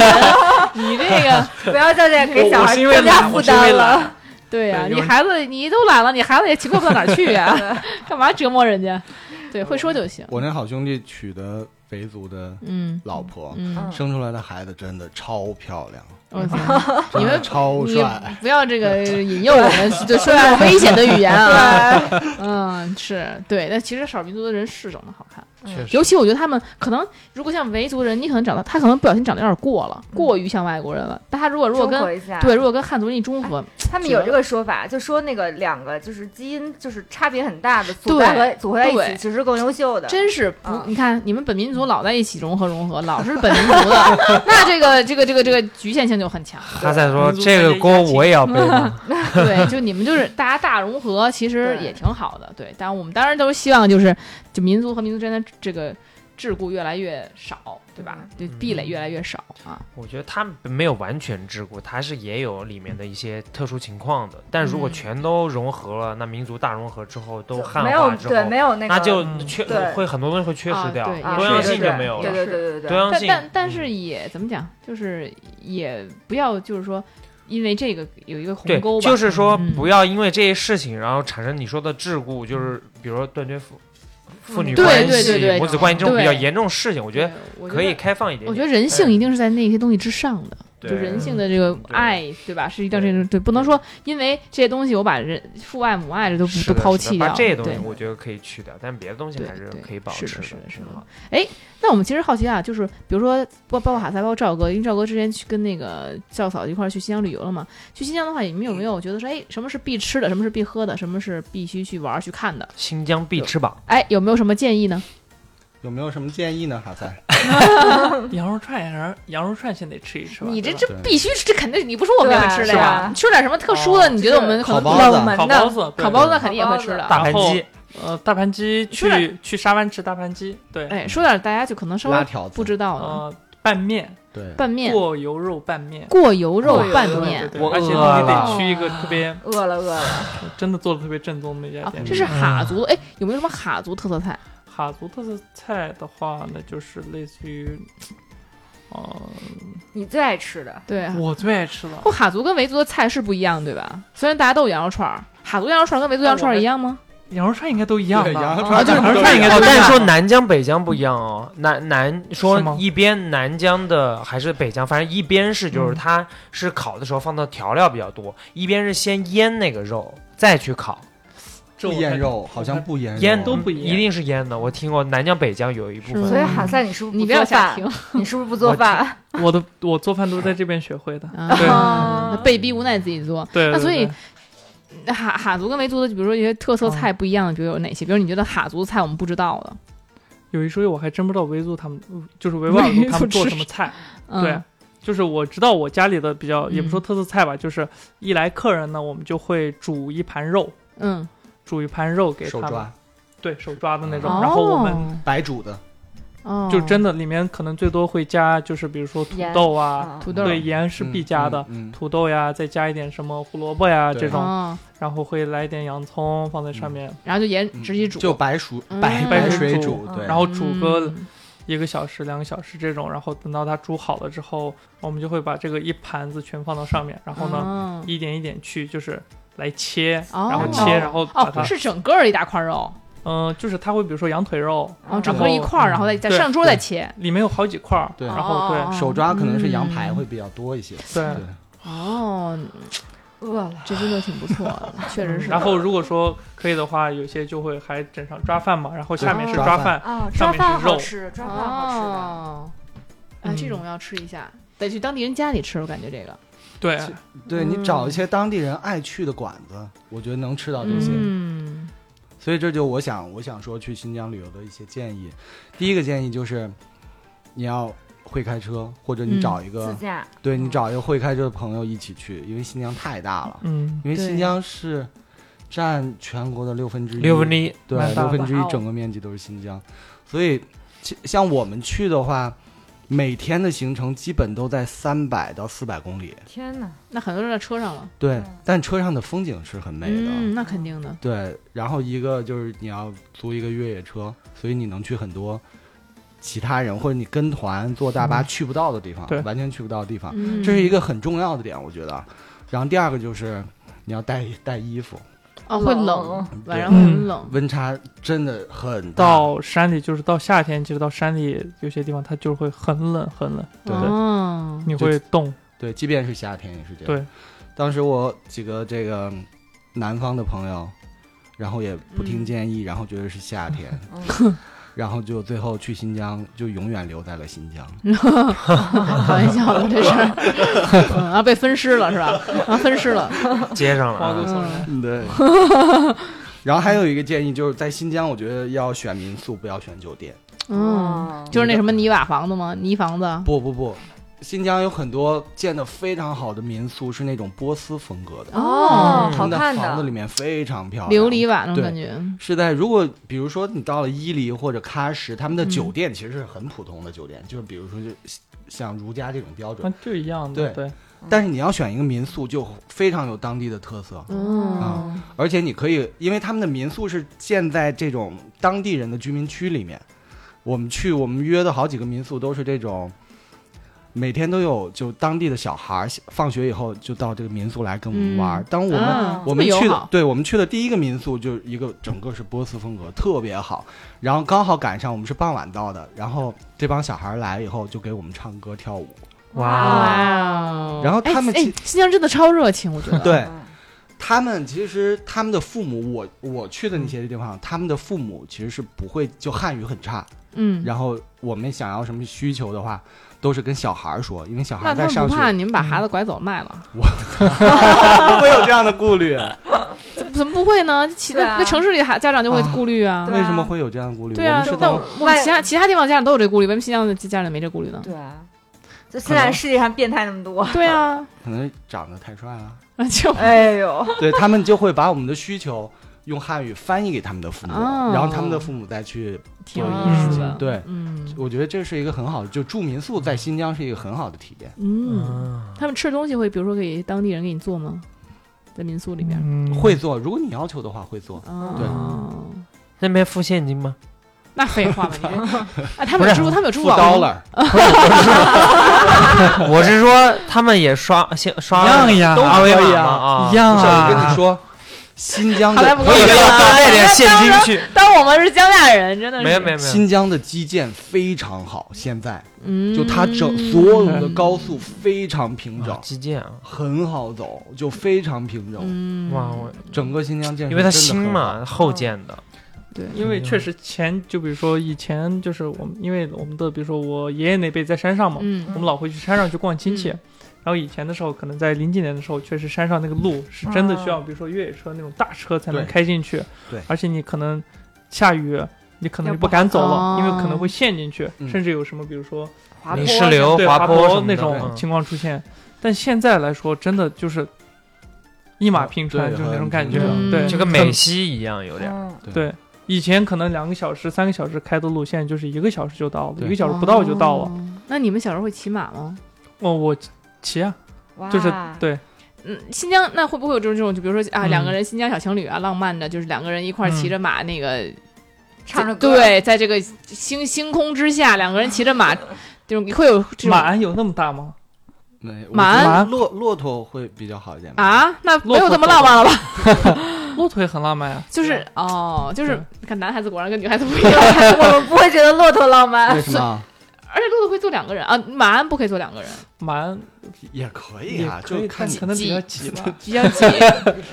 你这个，
不要再再给
我
小
我
孩
是因为
增加
懒，
负
我是因为
担了。
懒，
对呀、
对有
你
人
孩子你都懒了，你孩子也奇怪不到哪儿去呀、 干嘛折磨人家？对，会说就行。
我那好兄弟娶的维族的
嗯
老婆，
嗯，
嗯
生出来的孩子真的超漂亮，
我操，
真
你
的
们
超
你
帅。
不要这个引诱我们，就说点危险的语言啊。 嗯，是对，但其实少数民族的人是长得好看，
确实
尤其我觉得他们可能，如果像维族人，你可能长得他可能不小心长得有点过了，过于像外国人了。但他如果如果
中啊和
跟
一下，
对，如果跟汉族人一中和，
他们有这个说法，就说那个两个就是基因就是差别很大的组
对
合和组合在一
对
起，其实更优秀的。
真是不
啊，
你看你们本民族老在一起融合融合，老是本民族的， 那这个这个这个这个局限性就 很强。
他在说
民族
这个
团结
锅
一致
我也要背 吗？
对，就你们就是大家大融合，其实
对
也挺好的。对，但我们当然都是希望就是就民族和民族之间的这个桎梏越来越少，对吧？
嗯
就壁
嗯
垒越来越少啊。
我觉得他没有完全桎梏，他是也有里面的一些特殊情况的。但如果
嗯
全都融合了，那民族大融合之后都
就
汉
没有
化之后，
对没有那个
那就
嗯
缺
对
会很多东西会缺
啊
失掉，
对也
啊
多
是
样
对
性
对
就没有
对
了。
对对对
多
对对，
样
但
性，嗯
但但是也怎么讲，就是也不要就是说因为这个有一个鸿
对，
沟吧，
就是说
嗯
不要因为这些事情，然后产生你说的桎梏，就是比如说断绝父父女
嗯对
关
对对对
系、母子关系这种比较
对
严重的事情，我
我
觉得
我觉
可以开放一点点。哎
我觉得人性一定是在那些东西之上的，就
对
人性的这个
对
爱，对吧？是一定要这种对，不能说因为这些东西我把人父爱母爱这都不
是
都
的
抛
是的
弃
把
掉。
这些东
对
西我觉得可以去掉，但是别的东西
对
还是
对
可以保
是
持
的是的是的
挺好
那我们其实好奇啊，就是比如说包包括哈萨，包括赵哥，因为赵哥之前去跟那个赵嫂一块儿去新疆旅游了嘛。去新疆的话，你们有没有觉得说，哎，什么是必吃的，什么是必喝的，什么是必须去玩儿去看的？
新疆必吃榜，
哎，有没有什么建议呢？
有没有什么建议呢，哈塞？
羊肉串，羊肉羊肉串先得吃一吃吧。
你这
对吧
这
对
必须，这肯定你不说我们也会吃的
对
呀
啊。
你吃点什么特殊的？
哦
你觉得我们可
烤
能
包
冷
子，
门
烤
的
包子，对
烤包子
对
肯定也会吃
烤包
的
子。
大盘
然后
鸡，
呃，大盘鸡
说点
去去沙湾吃大盘鸡，对，
哎，说点大家就可能稍
拉
微
条子，
不知道的，
呃，拌面，
对，
拌面、
过油肉拌面，
过油肉
过油
拌
肉
面哦
对对对
我
而且
饿
你
了
得去一个特别
饿了饿了，
真的做的特别正宗的一家
啊
店。，
这是
嗯
哈族哎，有没有什么哈族特色菜？
哈族特色菜的话，那就是类似于，呃，
你最爱吃的
对啊，
我最爱吃的
不，哈族跟维族的菜是不一样，对吧？虽然大家都有羊肉串儿，哈族羊肉串儿跟维族羊肉串儿一样吗？
羊肉串，应该都一样
对
吧？
羊肉
啊
串都
对羊肉
是
串应该
哦
都，一
但
样
是说南疆北疆不一样哦，南南说
是吗
一边南疆的还是北疆，反正一边是就是
嗯
它是烤的时候放的调料比较多，一边是先腌那个肉再去烤，
这
不
我
腌
还
肉，好像不腌
腌
都
肉。
不一样
一定是腌的。我听过南疆北疆有一部
是吗
所以
分，
哈萨，你是不
嗯
是
你
不
不要
做
瞎
饭
听？，
你是不是不做饭？
我的我做饭都是在这边学会的。对
啊，被逼无奈自己做。
对，
那所以
对
那哈哈族跟维族的，比如说一些特色
嗯
菜不一样的，比如有哪些？比如你觉得哈族菜我们不知道的，
有一说一，我还真不知道维族他们，就是维吾尔族
维
他
族
们
吃
做什么菜。
嗯、
对，就是我知道我家里的比较，也不说
嗯
特色菜吧，就是一来客人呢，我们就会煮一盘肉，
嗯，
煮一盘肉给他
手
们，
抓嗯
对手抓的那种。
哦
然后我们
白煮的，
哦，
就真的里面可能最多会加，就是比如说土
盐
豆啊，
嗯
土豆
对，盐是必加的，
嗯，嗯
土豆呀，再加一点什么胡萝卜呀
对
这种，
哦，
然后会来一点洋葱放在上面，
然后就盐
嗯
直接煮，
就白熟
嗯
白
白
水
煮
煮，对，
然后煮个
嗯
一个小时、两个小时这种，然后等到它煮好了之后，我们就会把这个一盘子全放到上面，然后呢，
哦
一点一点去就是来切，
哦
然后切，然后把它
哦，，是整个儿一大块肉，
嗯、就是它会比如说羊腿
嗯
肉，
哦，整
然
个
后
一块儿，然后再再
嗯对
上桌再切。
里面有好几块儿，
对
然后对、
哦
手抓可能是羊排
嗯
会比较多一些，
对。
对。
哦，
饿了，
这真的挺不错的， 确实是。
然后如果说可以的话，有些就会还整上抓饭嘛，然后下面是抓饭，
啊，抓
上面是
饭好
肉
吃，抓饭好吃的。
哦，哎，这
嗯
种我要吃一下，得去当地人家里吃，我感觉这个。
对，
是对你
嗯
找一些当地人爱去的馆子，我觉得能吃到这些。
嗯
所以这就我想我想说去新疆旅游的一些建议。第一个建议就是，你要会开车，或者
嗯
你找一
自
个，
驾，
对你找一个会开车的朋友一起去，因为新疆太大了，
嗯，
因为
对
新疆是占全国的六分之一，
六分之一
对
蛮大
六
的
分之一
哇哦
整个面积都是新疆，所以其像我们去的话。每天的行程基本都在三百到四百公
嗯
里。
天哪，
那很多人在车上了，
对，但车上的风景是很美的。
嗯，那肯定的，
对，然后一个就是你要租一个越野车，所以你能去很多其他人或者你跟团坐大巴去不到的地方，
嗯对
完全去不到的地方，
嗯，
啊这是一个很重要的点，我觉得。然后第二个就是你要带带衣服，
哦，会冷
冷，
晚上会很
嗯
冷，
温差真的很大。
到山里就是到夏天，其实到山里有些地方它就会很冷很冷，
嗯对
哦，
你会冻。
对，即便是夏天也是这样。
对，
当时我几个这个南方的朋友，然后也不
嗯
听建议，然后觉得是夏天，然后就最后去新疆，就永远留在了新疆。
开玩笑的，这是，嗯，然后被分尸了是吧？然后分尸了，
接上了
包
啊
子，送人，
嗯，
对。然后还有一个建议就是在新疆，我觉得要选民宿，不要选酒店。
嗯，就是那什么泥瓦房子吗？泥房子，
不不不，新疆有很多建的非常好的民宿，是那种波斯风格的，
哦，
他
好
们的
嗯
看
房子里面非常漂亮，
琉璃瓦那种
嗯对
感觉，
是在如果比如说你到了伊犁或者喀什，他们的酒店其实是很普通的酒店，就是比如说就像如家这种标准，
那就一样
对
的。对，
但是你要选一个民宿就非常有当地的特色，
嗯
啊而且你可以，因为他们的民宿是建在这种当地人的居民区里面。我们去，我们约的好几个民宿都是这种，每天都有就当地的小孩儿放学以后就到这个民宿来跟我们玩儿。
嗯
当我们、
啊
我们
这么
去
友
的
好，
对我们去的第一个民宿就是一个整个是波斯风格，特别好。然后刚好赶上我们是傍晚到的，然后这帮小孩儿来以后就给我们唱歌跳舞。
哇，
哦
啊然后他们
哎，哎
其
新疆真的超热情，我觉得，
对，
嗯
他们其实他们的父母，我我去的那些地方，他们的父母其实是不会就汉语很差，
嗯，
然后我们想要什么需求的话，都是跟小孩儿说，因为小孩
那他
儿在
们
上嗯
不怕
学
你们把孩子拐走卖了？
不会有这样的顾虑，
啊怎么不会呢？其
对啊
那那城市里的孩家长就会顾虑啊。
对
为什么会有这样的顾虑？
对
我
啊
们是，
那
到
我们其他其他地方家长都有这顾虑，为什么新疆的家长没这顾虑呢？
对啊，就现在世界上变态那么多，
对啊，
可能长得太帅了，
就
哎呦，
对他们就会把我们的需求用汉语翻译给他们的父母，
哦
然后他们的父母再去。
挺有意思的。
嗯对
嗯
我觉得这是一个很好的，就住民宿在新疆是一个很好的体验，
嗯，他们吃东西会，比如说给当地人给你做吗？在民宿里面，
嗯
会做，如果你要求的话会做。
哦，
那边付现金吗？
那废话吧，你这哎，他
不
们
是
有支付，他们有支付
付
宝
刀
吗，
了，
我是说他们也刷先刷
一样呀
都
啊
二维
可
码
以啊
吗啊
一，样
不是我跟
啊
你。说，新疆
好
的
莱坞
我以为要带点现金去，
当我们是江夏人，真的是
没有没有没有，
新疆的基建非常好，现在
嗯，
就它整所有的高速非常平整
啊，基建啊，
很好走，就非常平整。
嗯，
哇，我
整个新疆建设
因为它
真的
新
很好，
嘛，后建的，
对，
因为确实前就比如说以前就是我们，因为我们的比如说我爷爷那辈在山上嘛，
嗯
我们老会去山上去逛亲戚。
嗯
然后以前的时候，可能在零几年的时候，确实山上那个路是真的需
嗯
要，比如说越野车那种大车才能
啊对
开进去。
对
而且你可能下雨，你可能
要
就不敢走
哦
了，因为可能会陷进去，
嗯
甚至有什么比如说
滑
泥
坡
石流、
对
滑
坡
什么
那
的嗯
种情况出现。但现在来说，真的就是一马平川，
对
就是那种
很
感觉。
嗯
对，
就跟美西一样，有点儿。
嗯
对
对，以前可能两个小时、三个小时开的路线，就是一个小时就到了，
对
一个小时不到就到了。
哦。那你们小时候会骑马吗？
哦，我骑啊，
哇
就是对，
嗯，新疆那会不会有这种这种，就比如说啊，
嗯
两个人新疆小情侣啊，浪漫的，就是两个人一块儿骑着马，那个
嗯
唱着歌，
对，在这个星星空之下，两个人骑着马，这种会有这种
马鞍有那么大吗？
没
马鞍
我觉得骆骆驼会比较好一点吧，
啊？那没有这么浪漫了吧？
骆驼也很浪漫啊呀、
就是哦，就是
对
你看男孩子果然跟女孩子不一样，
我们不会觉得骆驼浪漫
为，什么
而且骆驼会坐两个人啊，马鞍不可以坐两个人，
马 鞍
也可以
也
啊？
可
就
以，
看
但
你
可能比较
挤
挤吧。
比较 挤。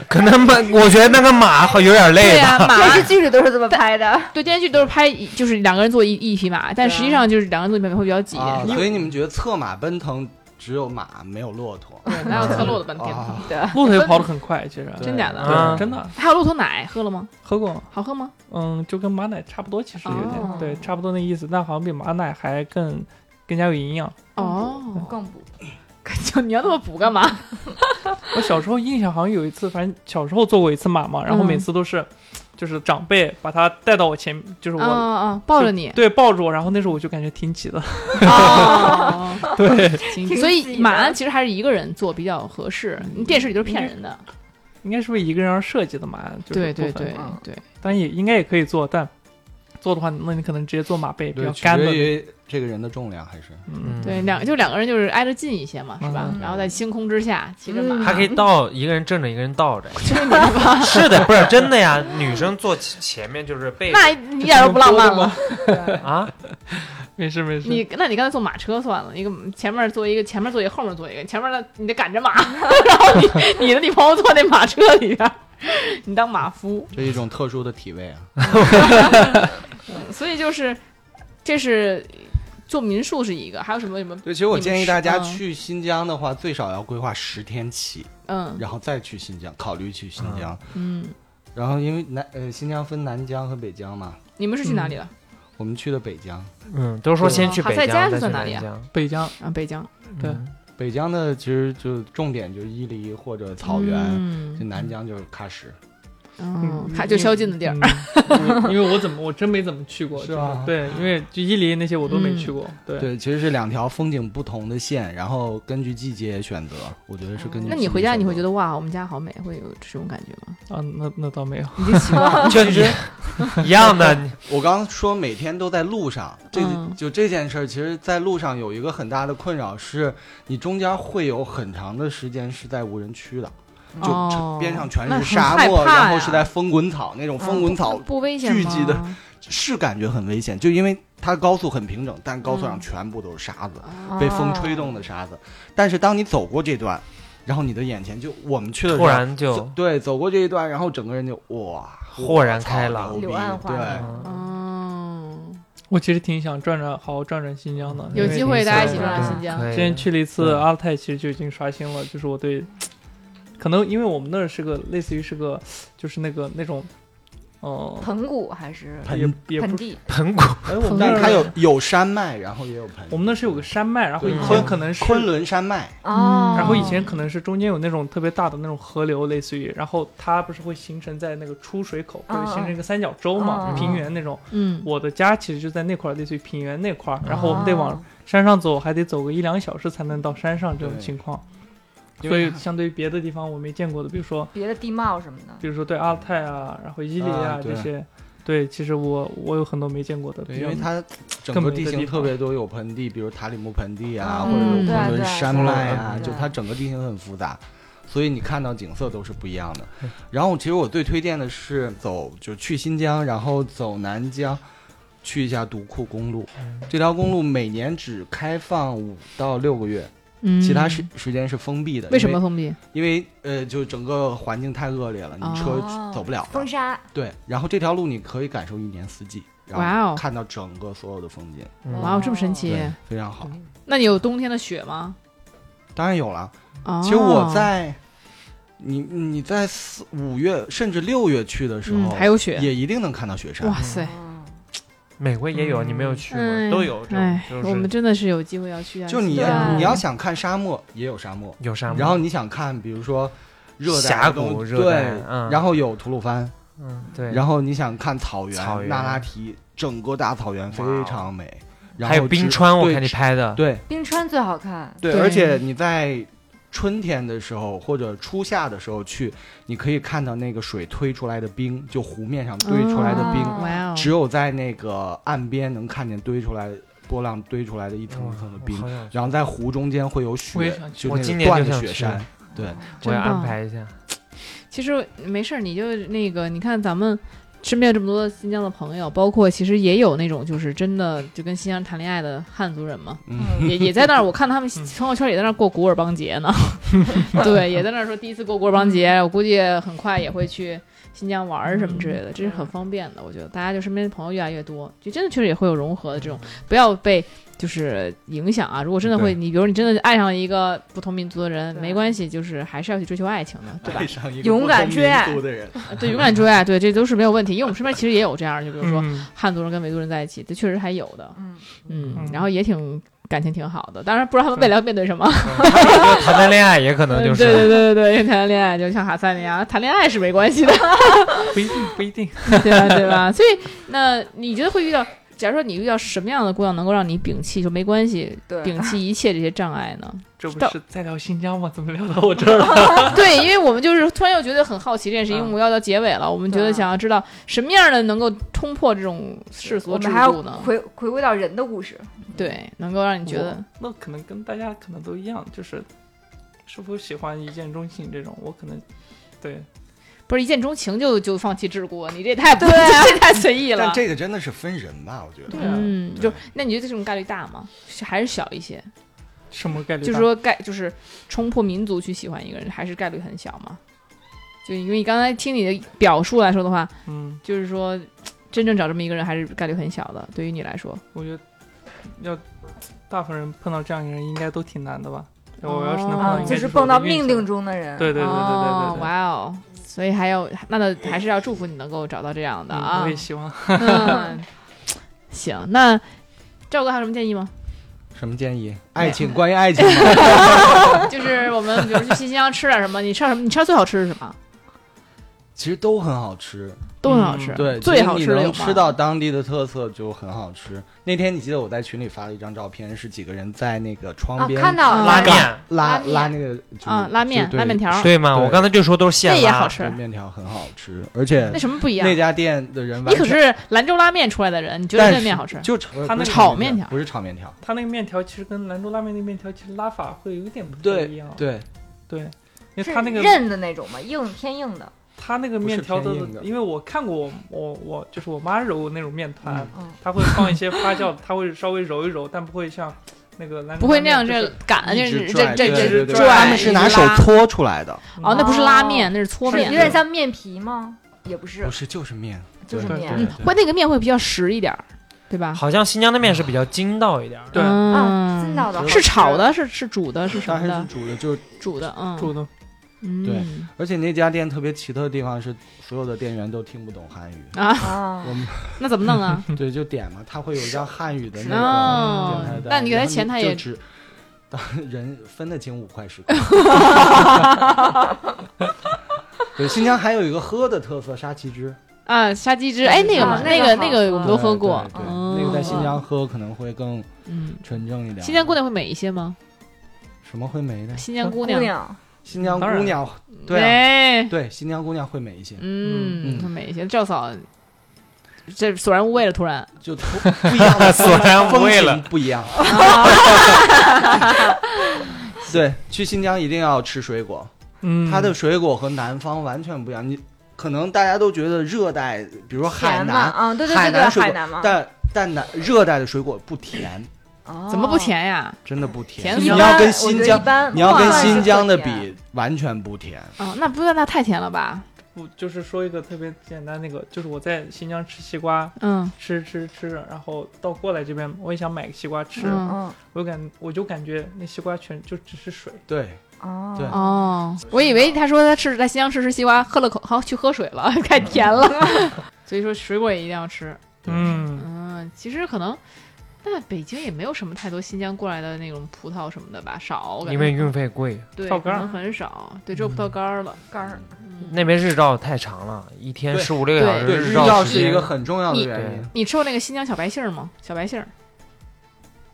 可能马，我觉得那个马好有点
对
累吧。
呀、马
电视
鞍
剧里都是这么拍 的。
对电视剧都是拍一就是两个人坐一一匹马，但
对啊
实际上就是两个人坐一匹马会比较挤。
啊，
因为
所以你们觉得策马奔腾只有马没有骆驼
对哪有侧骆驼半天？
啊？
骆驼也跑得很快，其实
对
真假的
啊
真的
还有骆驼奶喝了吗？
喝过，
好喝吗？
嗯，就跟马奶差不多，其实有点、
哦
对，差不多那意思，但好像比马奶还更更加有营养。
哦，
更补，
就你要那么补干嘛？
我小时候印象好像有一次，反正小时候做过一次马嘛，然后
嗯
每次都是。就是长辈把他带到我前， 就是我、
啊啊，啊抱着你，
对抱住我，然后那时候我就感觉挺挤的，
哦，
对，
行
挺
所
挤
以
的
马鞍其实还是一个人做比较合适，你电视里都是骗人的，
嗯应该是为一个人而设计的嘛，就是
对
部
对
分
对
嗯
对，
但也应该也可以做，但做的话，那你可能直接做马背比
对
较，
取
干的
决，于这个人的重量还是
嗯，
对，两就两个人就是挨着近一些嘛，是吧
嗯？
然后在星空之下骑着
嗯
马，
还可以倒一个人正着，一个人 倒着。
就是你的吧
是的，不是真的呀。女生坐前前面就是背着
那你一点都不浪漫了。
啊，
没事没事，
你那你刚才坐马车算了，一个前面坐一个，前面坐一个，后面坐一个，前面的你得赶着马， 然后你你的女朋友坐那马车里边儿，你当马夫，
这一种特殊的体位啊。
所以就是这是做民宿是一个，还有什么什么
对，其实我
你们
建议大
是
家
嗯
去新疆的话，最少要规划十天起，
嗯
然后再去新疆，考虑去新疆。
嗯，
然后因为南呃新疆分南疆和北疆嘛，
你们是去哪里了？
我们去的北疆，
嗯，都说先去北
哈
疆，
萨加是
再去
在哪里
南
啊
疆。
北疆，
啊，北疆
对
嗯
北疆的其实就重点就是伊犁或者草原，这
嗯，
南疆就是喀什。
嗯，它就宵禁的地儿。
嗯 我因为我怎么我真没怎么去过，
是吧
真的嗯对，因为就伊犁那些我都没去过，对，
对，其实是两条风景不同的线，然后根据季节选择，我觉得是根据。
那你回家
嗯
你会觉得哇，我们家好美，会有这种感觉吗？
啊，那那倒没有，
已经习惯 了。
就嗯你 一样的，你
我刚刚说每天都在路上，这、
嗯
就这件事儿，其实在路上有一个很大的困扰是，你中间会有很长的时间是在无人区的， 就
哦
成边上全
那很
是沙
害
漠，
怕啊呀
然后是在风滚草那种风滚草，
不危险吗？
聚集的是感觉很危险，就因为它高速很平整，但高速上
嗯
全部都是沙子，
啊
被风吹动的沙子。但是当你走过这段，然后你的眼前就我们去的时
突
候
然就
走对走过这一段，然后整个人就哇
豁然开
我操
朗
牛逼
柳暗花
对
明。
嗯
哦，
我其实挺想转转，好好转转新疆的，
有
因为
机会大家一起
对
转转新疆。
可以
之 前去了一次
对
阿勒泰，其实就已经刷新了，就是我对，可能因为我们那儿是个类似于是个，就是那个那种，嗯、
盆谷还是
盆
也也
盆
不是，
地？
盆谷，
哎，我们那
但是
儿
它有有山脉，然后也有盆地。
我们那儿是有个山脉，然后以
对
前可能是
昆仑山脉，
哦，
然后以前可能是中间有那种特别大的那种河流，类似于，然后它不是会形成在那个出水口，
嗯
会形成一个三角洲嘛，
嗯
平原那种。
嗯，
我的家其实就在那块儿，类似于平原那块儿，然后我们得往
哦
山上走，还得走个一两小时才能到山上这种
对
情况。
因
所
为
以相对于别的地方我没见过的，比如说，
别的地貌什么的。
比如说对阿勒泰啊，然后伊犁
啊对
这些，对，其实我我有很多没见过的，
对，
比
因
较
为它整
更
个
美的
地
地
形特
方
别多，有盆地，比如塔里木盆地啊，
嗯
或者
对
有昆仑
对
山
是
脉
的
啊，
对
就它整个地形很复杂，所以你看到景色都是不一样的。
嗯
然后，其实我最推荐的是走，就去新疆，然后走南疆。去一下独库公路，
嗯
这条公路每年只开放五到六个月，
嗯
其他时时间是封闭的。
为什么封闭？
因为？因为呃，就整个环境太恶劣了，你车
哦
走不了的。
风沙，
对，然后这条路你可以感受一年四季，然
哇
后
哦
看到整个所有的风景，
哇
嗯
哦，这么神奇！
啊对，非常好。
那你有冬天的雪吗？
当然有了，
哦，
其实我在你你在四五月甚至六月去的时
嗯
候，
还有雪，
也一定能看到雪山
哇。塞！
哦
美国也有，你没有去
哎
吗？都有这
哎
种，，就
我们
是
真的是有机会要去啊！
就你
对
你要想看沙漠，也有沙漠；
有沙漠，
然后你想看，比如说热带
嗯峡
的东
谷热带
对，
嗯
然后有吐鲁番，
嗯，对，
然后你想看草原，
草原哦
那拉提整个大草原非常美，然后
还有冰
只
川，我
对
看你拍的，
对
冰川最好看。
对，
对
而且你在春天的时候或者初夏的时候去，你可以看到那个水推出来的冰，就湖面上堆出来的冰，
哦
哇哦，
只有在那个岸边能看见堆出来波浪堆出来的一层一层的冰，
嗯哦我好想去
然后在湖中间会有
我也
雪
想，去
就
我
那
今
个
年
断
就
的
想
雪
去
山。对，
我
真
要
棒
安排一下。
其实没事儿，你就那个，你看咱们身边这么多新疆的朋友，包括其实也有那种就是真的就跟新疆谈恋爱的汉族人嘛，
嗯
也也在那儿，我看他们朋友圈也在那儿过古尔邦节呢，对，也在那儿说第一次过古尔邦节，我估计很快也会去新疆玩儿什么之类的，这是很方便的，我觉得大家就身边的朋友越来越多，就真的确实也会有融合的这种，不要被。就是影响啊！如果真的会，
对
你比如你真的爱上一个不同民族的人，
对
没关系，就是还是要去追求爱情的，对吧
爱？上一个
勇敢
不同
追爱
民族的人，
对，勇敢追爱，对，这都是没有问题。因为我们身边其实也有这样的，就比如说
嗯
汉族人跟维族人在一起，这确实还有的，
嗯，
嗯
嗯，
然后也挺感情挺好的。当然不知道他们未来会面对什么。
谈谈恋爱也可能就
嗯对对
是
对对对，因为谈恋爱就像哈萨那样，谈恋爱是没关系的，
不一定不一定。
对吧？对吧？所以那你觉得会遇到，假如说你遇到什么样的姑娘能够让你摒弃，就没关系，
对
摒弃一切这些障碍呢？
这不
到
是在聊新疆吗？怎么聊到我这儿 了？
对，因为我们就是突然又觉得很好奇这件事，因为
嗯
我们要到结尾了，我们觉
对
得
啊
想要知道什么样的能够冲破这种世俗
我
的
们
桎
还要
梏呢？
回回归到人的故事，
对，能够让你觉得，
那可能跟大家可能都一样，就是是否喜欢一见钟情这种，我可能对
不是一见钟情就就放弃桎梏，你这太不，
对 啊
这太随意了
但。这个真的是分人吧，我觉得。
对啊
嗯，
对
就那你觉得这种概率大吗？是还是小一些？
什么概率大？
就是说概就是冲破民族去喜欢一个人，还是概率很小嘛？就因为你刚才听你的表述来说的话，
嗯，
就是说真正找这么一个人还是概率很小的，对于你来说。
我觉得要大部分人碰到这样一个人应该都挺难的吧。我要是能碰到
哦
嗯应该
啊就是是
我
碰
的
到
运
命
气
定中的人。
对对对对对
哦
对，对。
哇哦！所以还有，那还是要祝福你能够找到这样的
嗯
啊
我也。希望。
嗯， 行，那赵哥还有什么建议吗？
什么建议？爱情，关于爱情吗，
就是我们比如去新疆吃点什么，你吃点什么？你吃点最好吃是什么？
其实都很好吃。
都很好吃，
嗯
对，
最好吃
其实
的
你
有
能
吗
吃到当地的特色就很好吃。那天你记得我在群里发了一张照片，是几个人在那个窗
啊，
边
看
嗯
到了
拉面，
拉
拉
拉那个就是
啊，拉面
就对
拉面条儿，
对吗？
对
我刚才就说都是现
那
拉，
也好吃
对。面条很好吃，而且
那什么不一样
那？家店的人
你
完
可
全
是兰州拉面出来的人，你觉得
但
这
是
面好吃？
就炒
他那个
炒面条
不是炒面条，
他那个面条其实跟兰州拉面那个面条其实拉法会有点不太一
对
样。
对，
对，因为
是
他那个
韧的那种嘛，硬偏硬的。
他那个
不是
面条
偏
都
硬的
因为我看过我我我就是我妈揉那种面团，
嗯
她会放一些发酵，她会稍微揉一揉，但不会像那个兰州
不会
拉
那样，
面
这
就是
擀
一
这
直
这
拽
这
对
这
对对
拽，
他们是拿手
一直拉
搓出来的，
哦，那不是拉面，那是搓
是
面
有。点像面皮吗？也不是
不，是就是面，
就是
对
面
对
嗯，会那个面会比较实一点儿，对吧？
好像新疆的面是比较筋道一点儿。
对
啊，真
嗯，
道的好
是炒
吃，
的，是是煮的，是什
当
么
然
的
是？煮的，就是
煮的，嗯，
煮的
嗯，
对而且那家店特别奇特的地方是，所有的店员都听不懂汉语。
啊，
啊
我，们
那怎么弄 啊？
对，就点嘛，它会有一张汉语的那
哦
个电台单
那你给他钱
然
他
后
也
就只当人分得清五块十块。对，新疆还有一个喝的特色沙琪汁，
啊，杀鸡汁，哎，那个嘛
啊
那
那
个
个
那
好
个我们都喝过
对，对
嗯，
对那个在新疆喝可能会更
嗯，
纯正一点。
新疆姑娘会美一些吗？
什么会没呢？
新疆姑
姑
娘，
娘，
新疆
当然
姑娘，对啊，
哎，
对，新疆姑娘会美一些，
嗯，
嗯
会美一些。赵嫂，这索然无味了，突然，
就不不一样 的
索然无味了
风情不 一样。对，去新疆一定要吃水果，
嗯，
它的水果和南方完全不一样。你可能大家都觉得热带，比如说海
甜嘛，
南，
啊，对对
海
对对，
南水
海
果，
南嘛，
但但南热带的水果不甜，
哦
怎么不？甜呀？
真的不甜。
甜
一
你
死
般
要跟
我觉
新
得一
疆，
般
你要跟
不管是
新疆的
不甜
比，完全不甜。
哦，那不那那太甜了吧？
不就是说一个特别简单那个，就是我在新疆吃西瓜，
嗯
吃吃吃，然后到过来这边，我也想买个西瓜吃，
嗯
嗯
我感我就感觉那西瓜全就只是水，
对，
哦，
对
哦，我以为他说他吃在新疆吃吃西瓜，喝了口好去喝水了，太 甜了。所以说水果也一定要吃。
嗯，
嗯，其实可能。但北京也没有什么太多新疆过来的那种葡萄什么的吧，少，我感觉
因为运费贵，
对
葡萄
可
干儿嗯
能很少，对，只有葡萄干儿了。嗯
干儿
那边日照太长了，一天
对
十五六个小时，
对，
日
日
照
照
时
是一
间
个很重要的
你
原因。
你吃过那个新疆小白杏儿吗？小白杏儿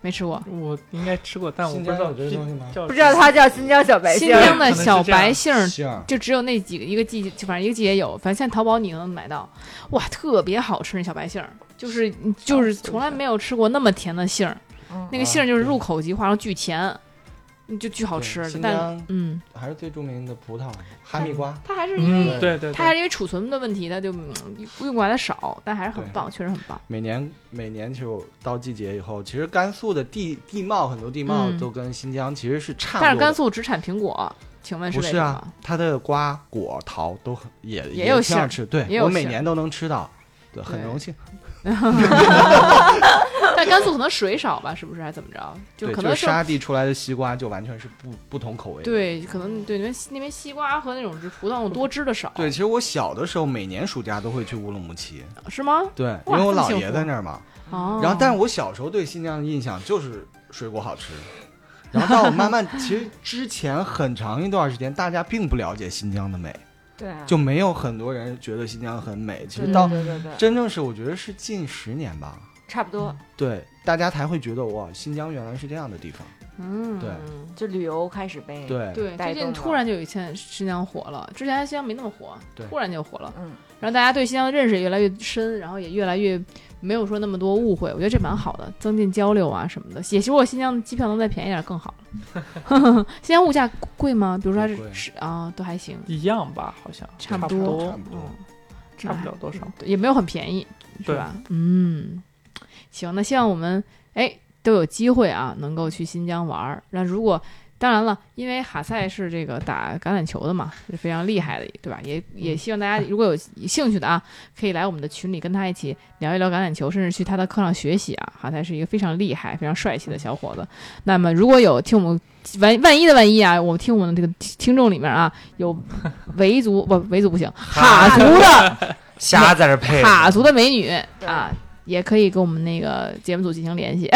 没吃过，
我应该吃过，但我
新
不
疆
知道
有这些
是
东西吗
叫
不知道它叫新疆小白
新
杏，
疆的
可能是
小
这样
白杏儿
杏儿
就只有那几个一个季节，就反正一个季节有，反正现在淘宝你能买到，哇，特别好吃那小白杏儿，就是就是从来没有吃过那么甜的杏儿，
嗯
那个杏儿就是入口即化，然后巨甜，就巨好吃
对。新
但
疆
嗯，
还是最著名的葡萄，哈密瓜。
它还是因为、
嗯，对对，
它还是因为储存的问题，它就嗯用过来的少，但还是很
对
棒，确实很棒。
每年每年其实我到季节以后，其实甘肃的地地貌很多地貌
嗯
都跟新疆其实是差不多的。
但是甘肃只产苹果，请问
不
为
是
什么？
啊，它的瓜果桃都很也
也有
挺
馅儿
好吃，对
也有
我每
馅儿
年都能吃到，对，很
对
荣幸。
但甘肃可能水少吧，是不是还怎么着？就
对，
可
就
能
是沙地出来的西瓜就完全是不不同口味。
对，可能对那边那边西瓜和那种是葡萄多汁的少，
对，其实我小的时候每年暑假都会去乌鲁木齐，
是吗？
嗯
对，因
哇
为我
这么
姥
幸
爷
福
在那儿嘛。
哦，
然后，但是我小时候对新疆的印象就是水果好吃。然后，但我慢慢，其实之前很长一段时间，大家并不了解新疆的美，
对啊，
就没有很多人觉得新疆很美。其实到
对对对对，
真正是，我觉得是近十年吧，
差不多
对，大家才会觉得哇，新疆原来是这样的地方。
嗯
对
就旅游开始呗。，
对，
对，
带
最近
动
突
了
然就有一些新疆火了，之前新疆没那么火
对，
突然就火了。
嗯，
然后大家对新疆的认识也越来越深，然后也越来越没有说那么多误会，我觉得这蛮好的，增进交流啊什么的。也希望新疆的机票能再便宜点更好 了。新疆物价贵吗？比如说它
不贵
是是啊，都还行，
一样吧，好像
差不
不
多
多
差不多
嗯，
差不了多少。
对也没有很便宜，是
对
吧？嗯，行，那希望我们哎都有机会啊，能够去新疆玩儿。那如果当然了，因为哈赛是这个打橄榄球的嘛，是非常厉害的，对吧？也也希望大家如果有兴趣的啊，可以来我们的群里跟他一起聊一聊橄榄球，甚至去他的课上学习啊。哈赛是一个非常厉害、非常帅气的小伙子。那么如果有听我们万万一的万一啊，我们听我们的这个听众里面啊，有 维族不维族不行，哈族的。
瞎在这配。
塔族的美女
对
啊，也可以跟我们那个节目组进行联系，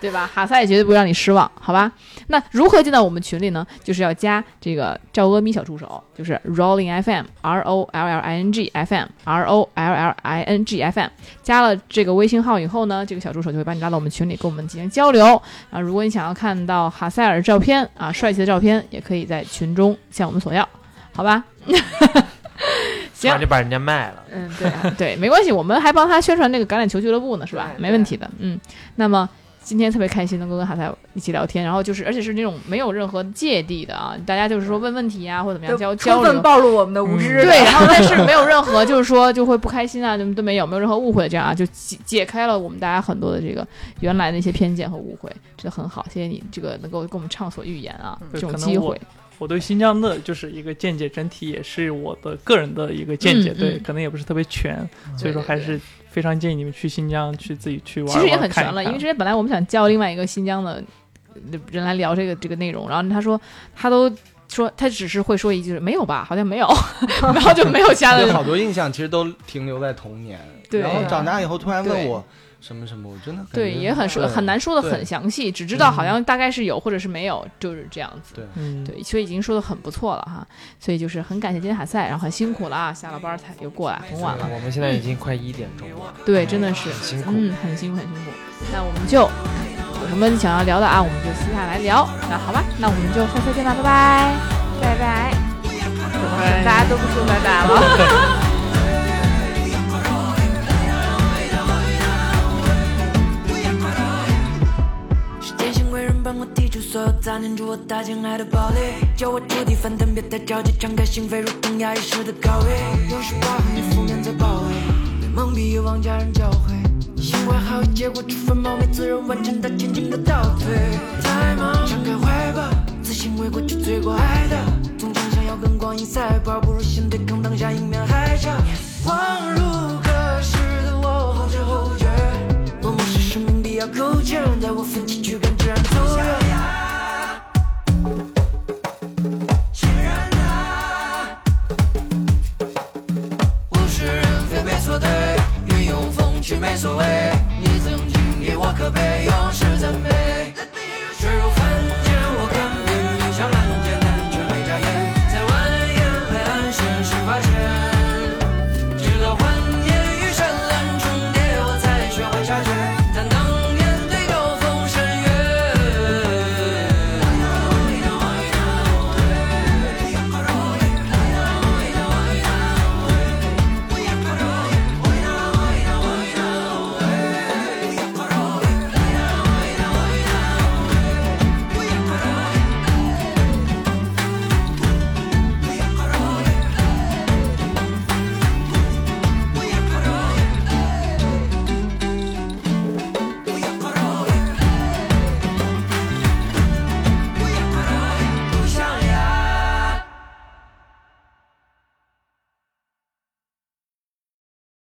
对吧？哈萨也绝对不会让你失望，好吧？那如何进到我们群里呢？就是要加这个赵阿咪小助手，就是 Rolling FM R O L L I N G F M R O L L I N G F M。加了这个微信号以后呢，这个小助手就会把你拉到我们群里，跟我们进行交流。啊，如果你想要看到哈塞尔照片啊，帅气的照片，也可以在群中向我们索要，好吧？
突
行
然，就把人家卖了。
嗯，对、啊、对，没关系，我们还帮他宣传这个橄榄球俱乐部呢，是吧？
对
没问题的，嗯。那么今天特别开心能够跟哈赛一起聊天，然后就是而且是那种没有任何芥蒂的啊，大家就是说问问题啊或者怎么样交
就
交
充
流
分。暴露我们的无知。
嗯对，然后但是没有任何就是说就会不开心啊，什么都没有，没有任何误会，这样啊，就解解开了我们大家很多的这个原来的一些偏见和误会，真的很好，谢谢你这个能够跟我们畅所欲言啊，
嗯
这
对
种
可能
机
我
会，
我对新疆的就是一个见解，整体也是我的个人的一个见解，
嗯
对，
嗯
可能也不是特别全，所以说
对对
还
对
是非常建议你们去新疆去自己去玩
其
玩
实也很
看
全
一
了，因为
看
之前本来我们想叫另外一个新疆的呃人来聊这个这个内容，然后他说他都说他只是会说一句没有吧，好像没有， 然后就没有其他
有
的。
好多印象其实都停留在童年，
对
然后长大以后突然问
对
我什么什么，我真的感觉
对，也很说
对
很难说的
对嗯
很详细，只知道好像大概是有或者是没有，就是这样子。
对
嗯，
对，所以已经说的很不错了哈，所以就是很感谢今天海赛，然后很辛苦了啊，下了班儿才又过来，很晚了。
我们现在已经快一点钟了，
对，真的是
很辛苦
嗯，很辛苦，很辛苦。那我们就有什么想要聊的啊，我们就私下来聊。那好吧，那我们就下次见吧，拜拜。
拜拜，大家都不说拜拜了。
时间像贵人帮我剔除所有杂念，助我搭建爱的堡垒，叫我触底反弹，别太着急，敞开心扉，如同压抑时的高位。有时暴雨覆面在包围，被蒙蔽也望家人教诲。心怀好意，结果只分冒昧，自然完成的前进的倒退。太忙，敞开怀抱，